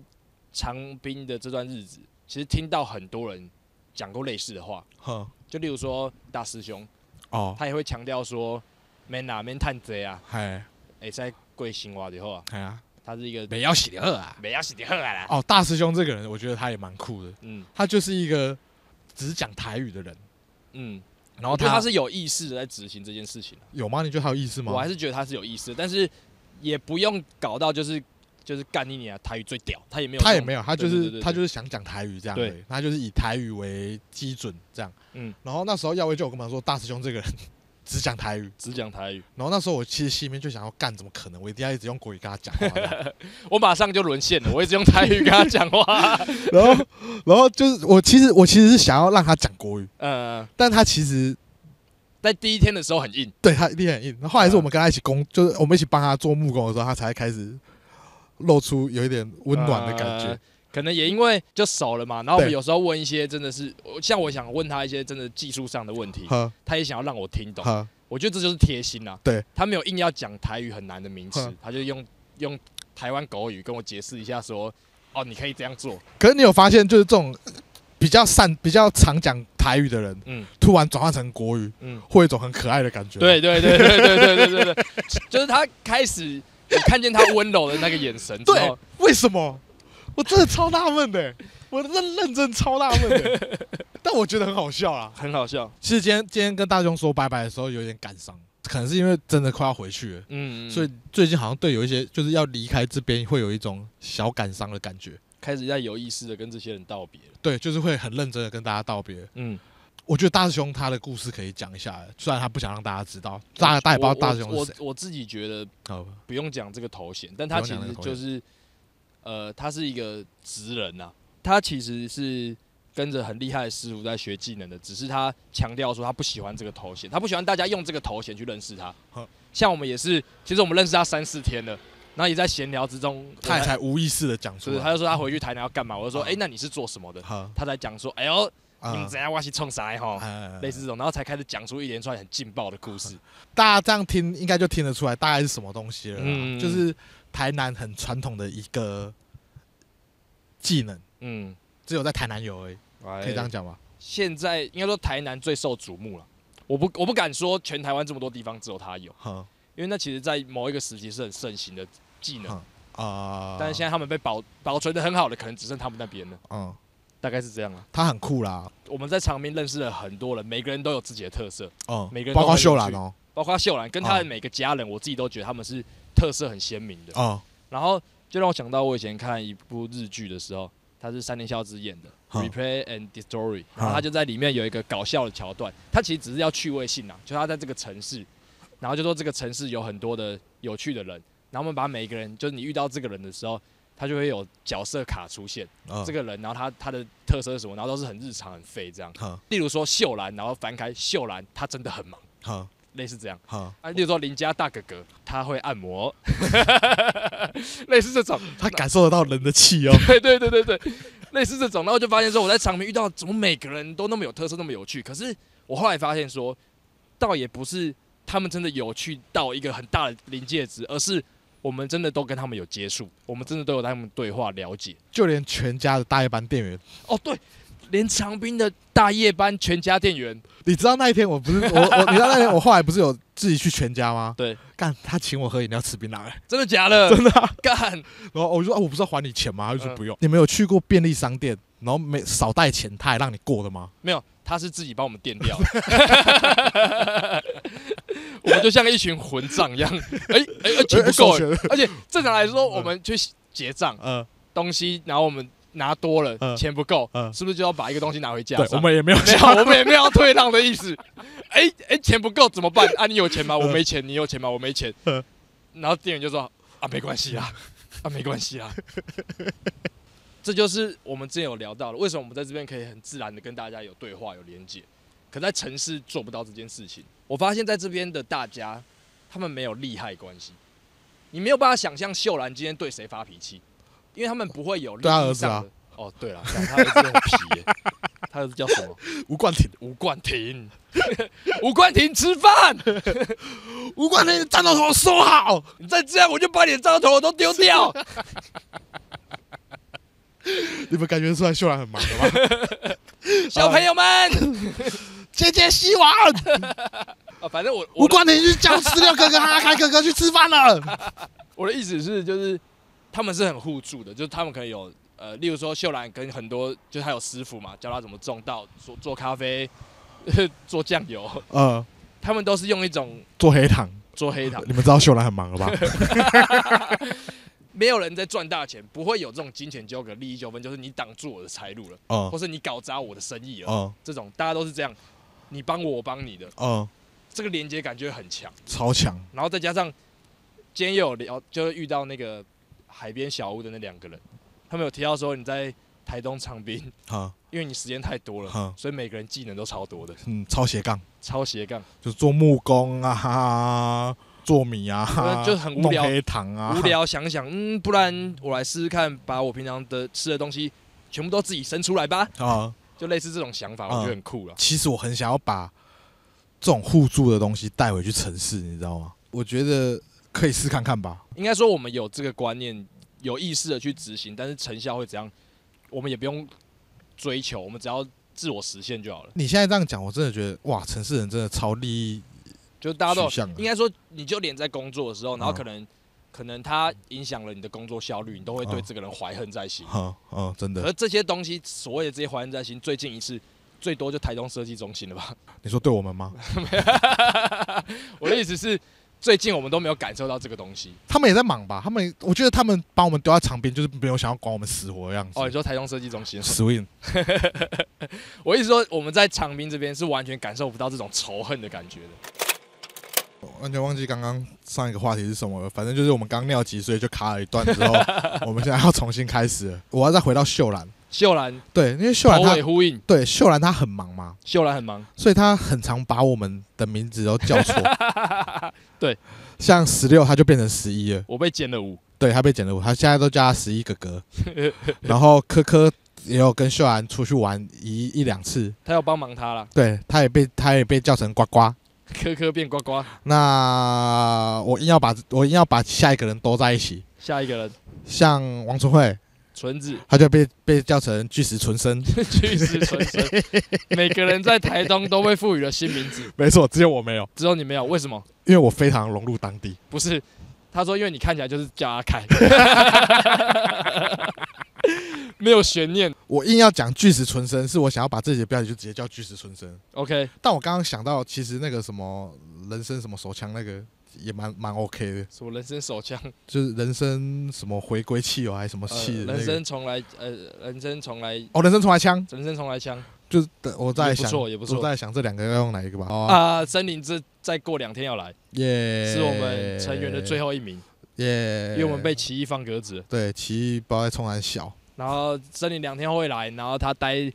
[SPEAKER 1] 长滨的这段日子，其实听到很多人讲过类似的话，
[SPEAKER 2] 哼，
[SPEAKER 1] 就例如说大师兄，
[SPEAKER 2] 哦，
[SPEAKER 1] 他也会强调说，man 啊，man 探贼啊，
[SPEAKER 2] 嗨
[SPEAKER 1] 哎，在贵新娃以后啊，
[SPEAKER 2] 嗨啊，
[SPEAKER 1] 他是一个
[SPEAKER 2] 没要洗的啊。
[SPEAKER 1] 没要死的喝啊啦，
[SPEAKER 2] 哦，大师兄这个人，我觉得他也蛮酷的，
[SPEAKER 1] 嗯
[SPEAKER 2] 他就是一个只讲台语的人，
[SPEAKER 1] 嗯，
[SPEAKER 2] 然
[SPEAKER 1] 我
[SPEAKER 2] 后
[SPEAKER 1] 觉得他是有意识的在执行这件事情啊、
[SPEAKER 2] 有吗？你觉得他有意思吗？
[SPEAKER 1] 我还是觉得他是有意思的，但是也不用搞到就是就是干你你啊，台语最屌，他也没有这种，
[SPEAKER 2] 他也没有，他就
[SPEAKER 1] 对对
[SPEAKER 2] 是
[SPEAKER 1] 对对
[SPEAKER 2] 他就是想讲台语这样，
[SPEAKER 1] 对
[SPEAKER 2] 对，他就是以台语为基准这样。
[SPEAKER 1] 嗯，
[SPEAKER 2] 然后那时候耀威就有跟我们说，大师兄这个人 只讲台语。
[SPEAKER 1] 只讲台语，
[SPEAKER 2] 然后那时候我其实心里面就想要干，怎么可能？我一定要一直用国语跟他讲话这 样。
[SPEAKER 1] 我马上就沦陷了，我一直用台语跟他讲 话，
[SPEAKER 2] 然后，然后就是我其实我其实是想要让他讲国语，
[SPEAKER 1] 嗯、
[SPEAKER 2] 但他其实
[SPEAKER 1] 在第一天的时候很硬，
[SPEAKER 2] 对他一定很硬。然后后来是我们跟他一起工，就是我们一起帮他做木工的时候，他才开始露出有一点温暖的感觉
[SPEAKER 1] 呃。可能也因为就熟了嘛，然后我们
[SPEAKER 2] 对
[SPEAKER 1] 有时候问一些真的是，我像我想问他一些真的技术上的问题，
[SPEAKER 2] 呵
[SPEAKER 1] 他也想要让我听啊懂，
[SPEAKER 2] 呵，
[SPEAKER 1] 我觉得这就是贴心啦、
[SPEAKER 2] 对，
[SPEAKER 1] 他没有硬要讲台语很难的名词
[SPEAKER 2] 嗯，
[SPEAKER 1] 他就用用台湾狗语跟我解释一下说，哦，你可以这样做，
[SPEAKER 2] 可是你有发现，就是这种比较善、比较常讲台语的人，
[SPEAKER 1] 嗯
[SPEAKER 2] 突然转换成国语，
[SPEAKER 1] 嗯，
[SPEAKER 2] 会有一种很可爱的感觉。
[SPEAKER 1] 对对对对对对对对 对，就是他开始你看见他温柔的那个眼神之
[SPEAKER 2] 对
[SPEAKER 1] 后，，
[SPEAKER 2] 为什么？我真的超纳闷的，我认认真超纳闷的， 但我觉得很好笑啦。
[SPEAKER 1] 很好笑，
[SPEAKER 2] 其实今天今天跟大雄说拜拜的时候，有点感伤，可能是因为真的快要回去了，
[SPEAKER 1] 嗯，
[SPEAKER 2] 所以最近好像对有一些就是要离开这边会有一种小感伤的感觉。
[SPEAKER 1] 开始在有意识的跟这些人道别了，
[SPEAKER 2] 对，就是会很认真的跟大家道别。
[SPEAKER 1] 嗯，
[SPEAKER 2] 我觉得大师兄他的故事可以讲一下，虽然他不想让大家知道，大家大家也不知道大师兄
[SPEAKER 1] 我
[SPEAKER 2] 是谁。
[SPEAKER 1] 我我自己觉得
[SPEAKER 2] 好吧，
[SPEAKER 1] 不用讲这个头衔，但他其
[SPEAKER 2] 不
[SPEAKER 1] 实
[SPEAKER 2] 用讲这
[SPEAKER 1] 就
[SPEAKER 2] 个
[SPEAKER 1] 是，呃，他是一个职人呐、他其实是跟着很厉害的师傅在学技能的，只是他强调说他不喜欢这个头衔，他不喜欢大家用这个头衔去认识他
[SPEAKER 2] 哼。
[SPEAKER 1] 像我们也是，其实我们认识他三四天了，然后也在闲聊之中，
[SPEAKER 2] 他也
[SPEAKER 1] 我才
[SPEAKER 2] 才无意识的讲出
[SPEAKER 1] 就是他
[SPEAKER 2] 来。
[SPEAKER 1] 就说他回去台南要干嘛，我就
[SPEAKER 2] 啊
[SPEAKER 1] 说哎、那你是做什么的？
[SPEAKER 2] 好，
[SPEAKER 1] 他才讲说哎呦，你们
[SPEAKER 2] 嗯
[SPEAKER 1] 怎样我是冲啥的吼，
[SPEAKER 2] 哎
[SPEAKER 1] 类似这种，然后才开始讲出一连串很劲爆的故事。
[SPEAKER 2] 大家这样听应该就听得出来大概是什么东西了啦、
[SPEAKER 1] 嗯
[SPEAKER 2] 就是台南很传统的一个技能，
[SPEAKER 1] 嗯，
[SPEAKER 2] 只有在台南有而已，
[SPEAKER 1] 可
[SPEAKER 2] 可以这样讲吗？
[SPEAKER 1] 现在应该说台南最受瞩目了。我不我不敢说全台湾这么多地方只有他有，
[SPEAKER 2] 好
[SPEAKER 1] 因为那其实在某一个时期是很盛行的技能，
[SPEAKER 2] 嗯啊，
[SPEAKER 1] 但是现在他们被保保存的很好的，可能只剩他们那边了，
[SPEAKER 2] 在嗯，
[SPEAKER 1] 大概是这样了。
[SPEAKER 2] 他很酷啦，
[SPEAKER 1] 我们在长滨认识了很多人，每个人都有自己的特色，
[SPEAKER 2] 嗯
[SPEAKER 1] 每个，人都
[SPEAKER 2] 包括
[SPEAKER 1] 很有
[SPEAKER 2] 秀兰
[SPEAKER 1] 趣
[SPEAKER 2] 哦，
[SPEAKER 1] 包括秀兰跟她的
[SPEAKER 2] 嗯
[SPEAKER 1] 每个家人，我自己都觉得他们是特色很鲜明的。
[SPEAKER 2] 哦，
[SPEAKER 1] 然后就让我想到我以前看一部日剧的时候，它是山田孝之演的《
[SPEAKER 2] 嗯
[SPEAKER 1] Replay and Destroy》，
[SPEAKER 2] 嗯
[SPEAKER 1] 然后他就在里面有一个搞笑的桥段，他其实只是要趣味性啊，就他在这个城市，然后就说这个城市有很多的有趣的人，然后我们把每一个人，就是你遇到这个人的时候，他就会有角色卡出现，
[SPEAKER 2] 嗯
[SPEAKER 1] 这个人，然后他他的特色是什么，然后都是很日常很废这样。
[SPEAKER 2] 好
[SPEAKER 1] 例如说秀兰，然后翻开秀兰，她真的很忙，
[SPEAKER 2] 好
[SPEAKER 1] 类似这样。
[SPEAKER 2] 好，
[SPEAKER 1] 啊，例如说邻家大哥哥，他会按摩， 类似这种，
[SPEAKER 2] 他感受得到人的气 哦，
[SPEAKER 1] 对对对对对，类似这种，然后就发现说我在长明遇到怎么每个人都那么有特色，那么有趣，可是我后来发现说，倒也不是他们真的有趣到一个很大的临界值，而是我们真的都跟他们有接触，我们真的都有跟他们对话了解。
[SPEAKER 2] 就连全家的大夜班店员，
[SPEAKER 1] 哦，对，连长滨的大夜班全家店员，
[SPEAKER 2] 你知道那一天我不是我我，你知道那天我后来不是有自己去全家吗？
[SPEAKER 1] 对，
[SPEAKER 2] 干他请我喝饮料吃槟榔、欸
[SPEAKER 1] 真的假的？真的、啊 干，
[SPEAKER 2] 然后我就说、啊、我不是要还你钱吗？他就说
[SPEAKER 1] 嗯
[SPEAKER 2] 不用。你们有去过便利商店，然后没少带钱，他还让你过的吗？
[SPEAKER 1] 没有，他是自己帮我们垫 掉的。我们就像一群混账一样，哎、哎、哎钱不够、哎
[SPEAKER 2] 呃，
[SPEAKER 1] 而且正常来说，
[SPEAKER 2] 嗯
[SPEAKER 1] 我们去结账
[SPEAKER 2] 呃，
[SPEAKER 1] 东西，然后我们拿多了，
[SPEAKER 2] 嗯
[SPEAKER 1] 钱不够，
[SPEAKER 2] 嗯
[SPEAKER 1] 是不是就要把一个东西拿回家
[SPEAKER 2] 对，我
[SPEAKER 1] 上？
[SPEAKER 2] 们也没有
[SPEAKER 1] 没
[SPEAKER 2] 想
[SPEAKER 1] 有，我们也没有要退让的意思。 哎、哎、钱不够怎么办？啊，你有钱吗？我没钱。你有钱吗？我没钱
[SPEAKER 2] 嗯。
[SPEAKER 1] 然后店员就说：“啊，没关系啦，啊，没关 系啦。”这就是我们之前有聊到的，为什么我们在这边可以很自然的跟大家有对话、有连接，可在城市做不到这件事情。我发现在这边的大家，他们没有利害关系，你没有办法想象秀兰今天对谁发脾气，因为他们不会有利
[SPEAKER 2] 对他儿
[SPEAKER 1] 益
[SPEAKER 2] 子啊
[SPEAKER 1] 上的。哦，对了，干他儿子很皮耶、他儿子叫什么？
[SPEAKER 2] 吴冠廷，
[SPEAKER 1] 吴冠廷， 吴冠廷吃饭，
[SPEAKER 2] 吴冠廷战斗头收好，
[SPEAKER 1] 你再这样我就把你的照头都丢 掉。
[SPEAKER 2] 你们感觉出来秀兰很 忙了吗？
[SPEAKER 1] 小朋友们，
[SPEAKER 2] 姐姐洗碗，
[SPEAKER 1] 啊，反正我
[SPEAKER 2] 吴
[SPEAKER 1] 我的
[SPEAKER 2] 冠廷去叫饲料哥哥、哈开哥哥去吃饭了。
[SPEAKER 1] 我的意思是，就是他们是很互助的，就是他们可能有呃，例如说秀兰跟很多，就是他有师傅嘛，教他怎么种稻、做做咖啡、 做酱油，
[SPEAKER 2] 呃，
[SPEAKER 1] 他们都是用一种
[SPEAKER 2] 做黑糖，
[SPEAKER 1] 做黑 糖，
[SPEAKER 2] 你们知道秀兰很忙了吧？
[SPEAKER 1] 没有人在赚大钱，不会有这种金钱纠葛、利益纠纷，就是你挡住我的财路了，
[SPEAKER 2] 嗯
[SPEAKER 1] 或是你搞砸我的生意了，
[SPEAKER 2] 嗯
[SPEAKER 1] 这种大家都是这样，你帮我，我帮你的，
[SPEAKER 2] 嗯，
[SPEAKER 1] 这个连接感觉很强。
[SPEAKER 2] 超强。
[SPEAKER 1] 然后再加上今天又有聊，就是遇到那个海边小屋的那两个人，他们有提到说你在台东长滨，
[SPEAKER 2] 好，
[SPEAKER 1] 因为你时间太多了，
[SPEAKER 2] 好，
[SPEAKER 1] 所以每个人技能都超多的，
[SPEAKER 2] 嗯，超斜杠，
[SPEAKER 1] 超斜杠，
[SPEAKER 2] 就做木工啊，做米啊，
[SPEAKER 1] 就很无聊
[SPEAKER 2] 弄黑糖啊，
[SPEAKER 1] 无 聊想想，嗯，不然我来试试看，把我平常的吃的东西全部都自己生出来吧，
[SPEAKER 2] 啊。
[SPEAKER 1] 就类似这种想法，我
[SPEAKER 2] 嗯
[SPEAKER 1] 觉得很酷了。
[SPEAKER 2] 其实我很想要把这种互助的东西带回去城市，你知道吗？我觉得可以试看看吧。
[SPEAKER 1] 应该说我们有这个观念，有意识的去执行，但是成效会怎样，我们也不用追求，我们只要自我实现就好了。
[SPEAKER 2] 你现在这样讲，我真的觉得哇，城市人真的超利益
[SPEAKER 1] 就是大家都有
[SPEAKER 2] 取向啊
[SPEAKER 1] 应该说，你就连在工作的时候，然后
[SPEAKER 2] 嗯
[SPEAKER 1] 可能、可能他影响了你的工作效率，你都会对
[SPEAKER 2] 嗯
[SPEAKER 1] 这个人怀恨在心。
[SPEAKER 2] 哈，嗯，真
[SPEAKER 1] 可是
[SPEAKER 2] 的。
[SPEAKER 1] 这些东西，所谓的这些怀恨在心，最近一次最多就台中设计中心了吧？
[SPEAKER 2] 你说对我们吗？
[SPEAKER 1] 我的意思是，最近我们都没有感受到这个东西。
[SPEAKER 2] 他们也在忙吧？他们，我觉得他们把我们丢在场边，就是没有想要管我们死活的样子。
[SPEAKER 1] 哦，你说台中设计中心，
[SPEAKER 2] Swing，
[SPEAKER 1] 我一直说我们在长滨这边是完全感受不到这种仇恨的感觉的。
[SPEAKER 2] 我完全忘记刚刚上一个话题是什么了。反正就是我们刚尿急，所以就卡了一段之后，我们现在要重新开始了。我要再回到秀兰，
[SPEAKER 1] 秀兰
[SPEAKER 2] 对，啊因为秀兰
[SPEAKER 1] 头
[SPEAKER 2] 她
[SPEAKER 1] 尾呼应，
[SPEAKER 2] 对秀兰她很忙嘛，
[SPEAKER 1] 秀兰很忙，
[SPEAKER 2] 所以他很常把我们的名字都叫错，
[SPEAKER 1] 对，
[SPEAKER 2] 像十六他就变成十一了，
[SPEAKER 1] 我被减了五，
[SPEAKER 2] 对他被剪了五，他现在都叫他十一哥哥。然后科科也有跟秀兰出去玩一一两次，
[SPEAKER 1] 他要帮忙他啦，
[SPEAKER 2] 对，他也被他也被叫成呱呱。
[SPEAKER 1] 科科变呱呱，
[SPEAKER 2] 那我硬要把我硬要把下一个人兜在一起，
[SPEAKER 1] 下一个人
[SPEAKER 2] 像王春慧，
[SPEAKER 1] 纯子
[SPEAKER 2] 他就被被叫成巨石 纯生。
[SPEAKER 1] 巨石纯生，每个人在台东都被赋予了新名字，
[SPEAKER 2] 没错，只有我没有，
[SPEAKER 1] 只有你没有，为什么？
[SPEAKER 2] 因为我非常融入当地。
[SPEAKER 1] 不是，他说因为你看起来就是叫阿凯， 没有悬念。
[SPEAKER 2] 我硬要讲巨石纯生，是我想要把自己的标题就直接叫巨石纯生。
[SPEAKER 1] OK，
[SPEAKER 2] 但我刚刚想到，其实那个什么人生什么手枪那个也蛮蛮 OK 的，
[SPEAKER 1] 什么人生手枪，
[SPEAKER 2] 就是人生什么回归汽油还是什么
[SPEAKER 1] 呃
[SPEAKER 2] 哦气的、那个
[SPEAKER 1] 人生重来，呃，人生重来，
[SPEAKER 2] 哦，人生重来枪，
[SPEAKER 1] 人生重来枪
[SPEAKER 2] 就是我在
[SPEAKER 1] 也不
[SPEAKER 2] 想，
[SPEAKER 1] 错，也不
[SPEAKER 2] 我
[SPEAKER 1] 错。
[SPEAKER 2] 在想这两个要用哪一个吧。哦、啊，
[SPEAKER 1] 啊，森林这再过两天要来，
[SPEAKER 2] 耶、
[SPEAKER 1] 是我们成员的最
[SPEAKER 2] 后，
[SPEAKER 1] 后一名，
[SPEAKER 2] 耶、
[SPEAKER 1] 因为我们被奇异放鸽子了。
[SPEAKER 2] 对奇异包在冲完小，
[SPEAKER 1] 然后森林两天后会来，然后他待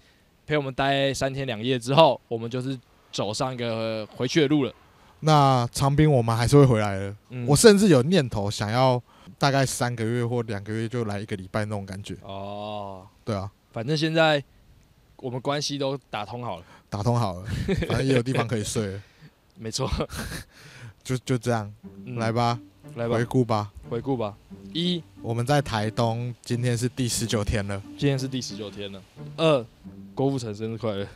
[SPEAKER 1] 陪我们待三天两夜之后，我们就是走上一个回去的路了。
[SPEAKER 2] 那长兵我们还是会回来的。
[SPEAKER 1] 嗯
[SPEAKER 2] 我甚至有念头想要大概三个月或两个月就来一个礼拜那种感觉。
[SPEAKER 1] 哦，
[SPEAKER 2] 对啊，
[SPEAKER 1] 反正现在我们关系都打通好了，
[SPEAKER 2] 打通好 了，反正也有地方可以睡了，
[SPEAKER 1] 没错。
[SPEAKER 2] 就 就这样，
[SPEAKER 1] 嗯
[SPEAKER 2] 来吧，
[SPEAKER 1] 来吧
[SPEAKER 2] 回，顾吧。
[SPEAKER 1] 回顾吧。一，
[SPEAKER 2] 我们在台东，今天是第十九天了，
[SPEAKER 1] 今天是第十九天了。二，郭富城生日快乐，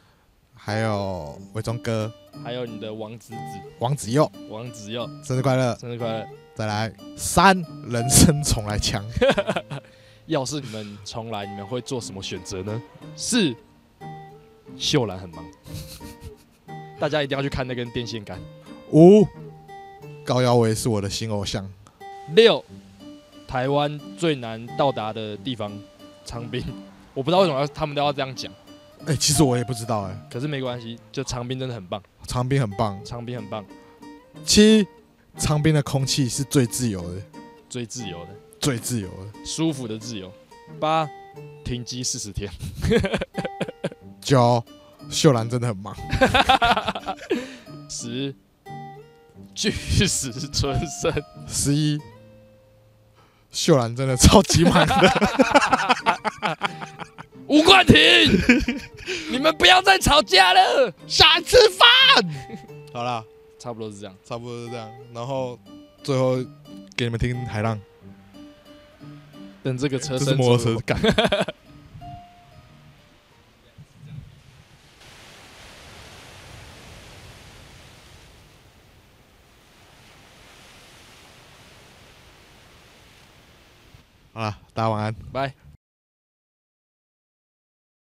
[SPEAKER 2] 还有伟忠哥、
[SPEAKER 1] 还有你的王子子、
[SPEAKER 2] 王子佑
[SPEAKER 1] 王子耀
[SPEAKER 2] 生日快乐，
[SPEAKER 1] 生日快乐。
[SPEAKER 2] 再来三人生重来 强，
[SPEAKER 1] 要是你们重来，你们会做什么选择呢？四，秀兰很忙，大家一定要去看那根电线杆。
[SPEAKER 2] 五高腰围是我的新偶像，
[SPEAKER 1] 六，台湾最难到达的地方，长滨。
[SPEAKER 2] 嗯
[SPEAKER 1] 我不知道为什么要他们都要这样讲，
[SPEAKER 2] 哎、其实我也不知道哎、
[SPEAKER 1] 可是没关系，就长滨真的很棒，
[SPEAKER 2] 长滨很棒。
[SPEAKER 1] 长滨很棒，
[SPEAKER 2] 七长滨的空气是最自由的，
[SPEAKER 1] 最自由的，
[SPEAKER 2] 最自由的。
[SPEAKER 1] 舒服的自由。八，停机四十天。
[SPEAKER 2] 九秀兰真的很忙，
[SPEAKER 1] 十，巨石纯生。
[SPEAKER 2] 十一秀兰真的超级忙的，
[SPEAKER 1] 吴冠 廷，你们不要再吵架了。
[SPEAKER 2] 想吃饭。好啦，
[SPEAKER 1] 差不多是这样。
[SPEAKER 2] 差不多是这样。然后最后给你们听海浪，
[SPEAKER 1] 等这个车
[SPEAKER 2] 这
[SPEAKER 1] 声
[SPEAKER 2] 是摩托车干。好了，大家晚安。
[SPEAKER 1] 拜。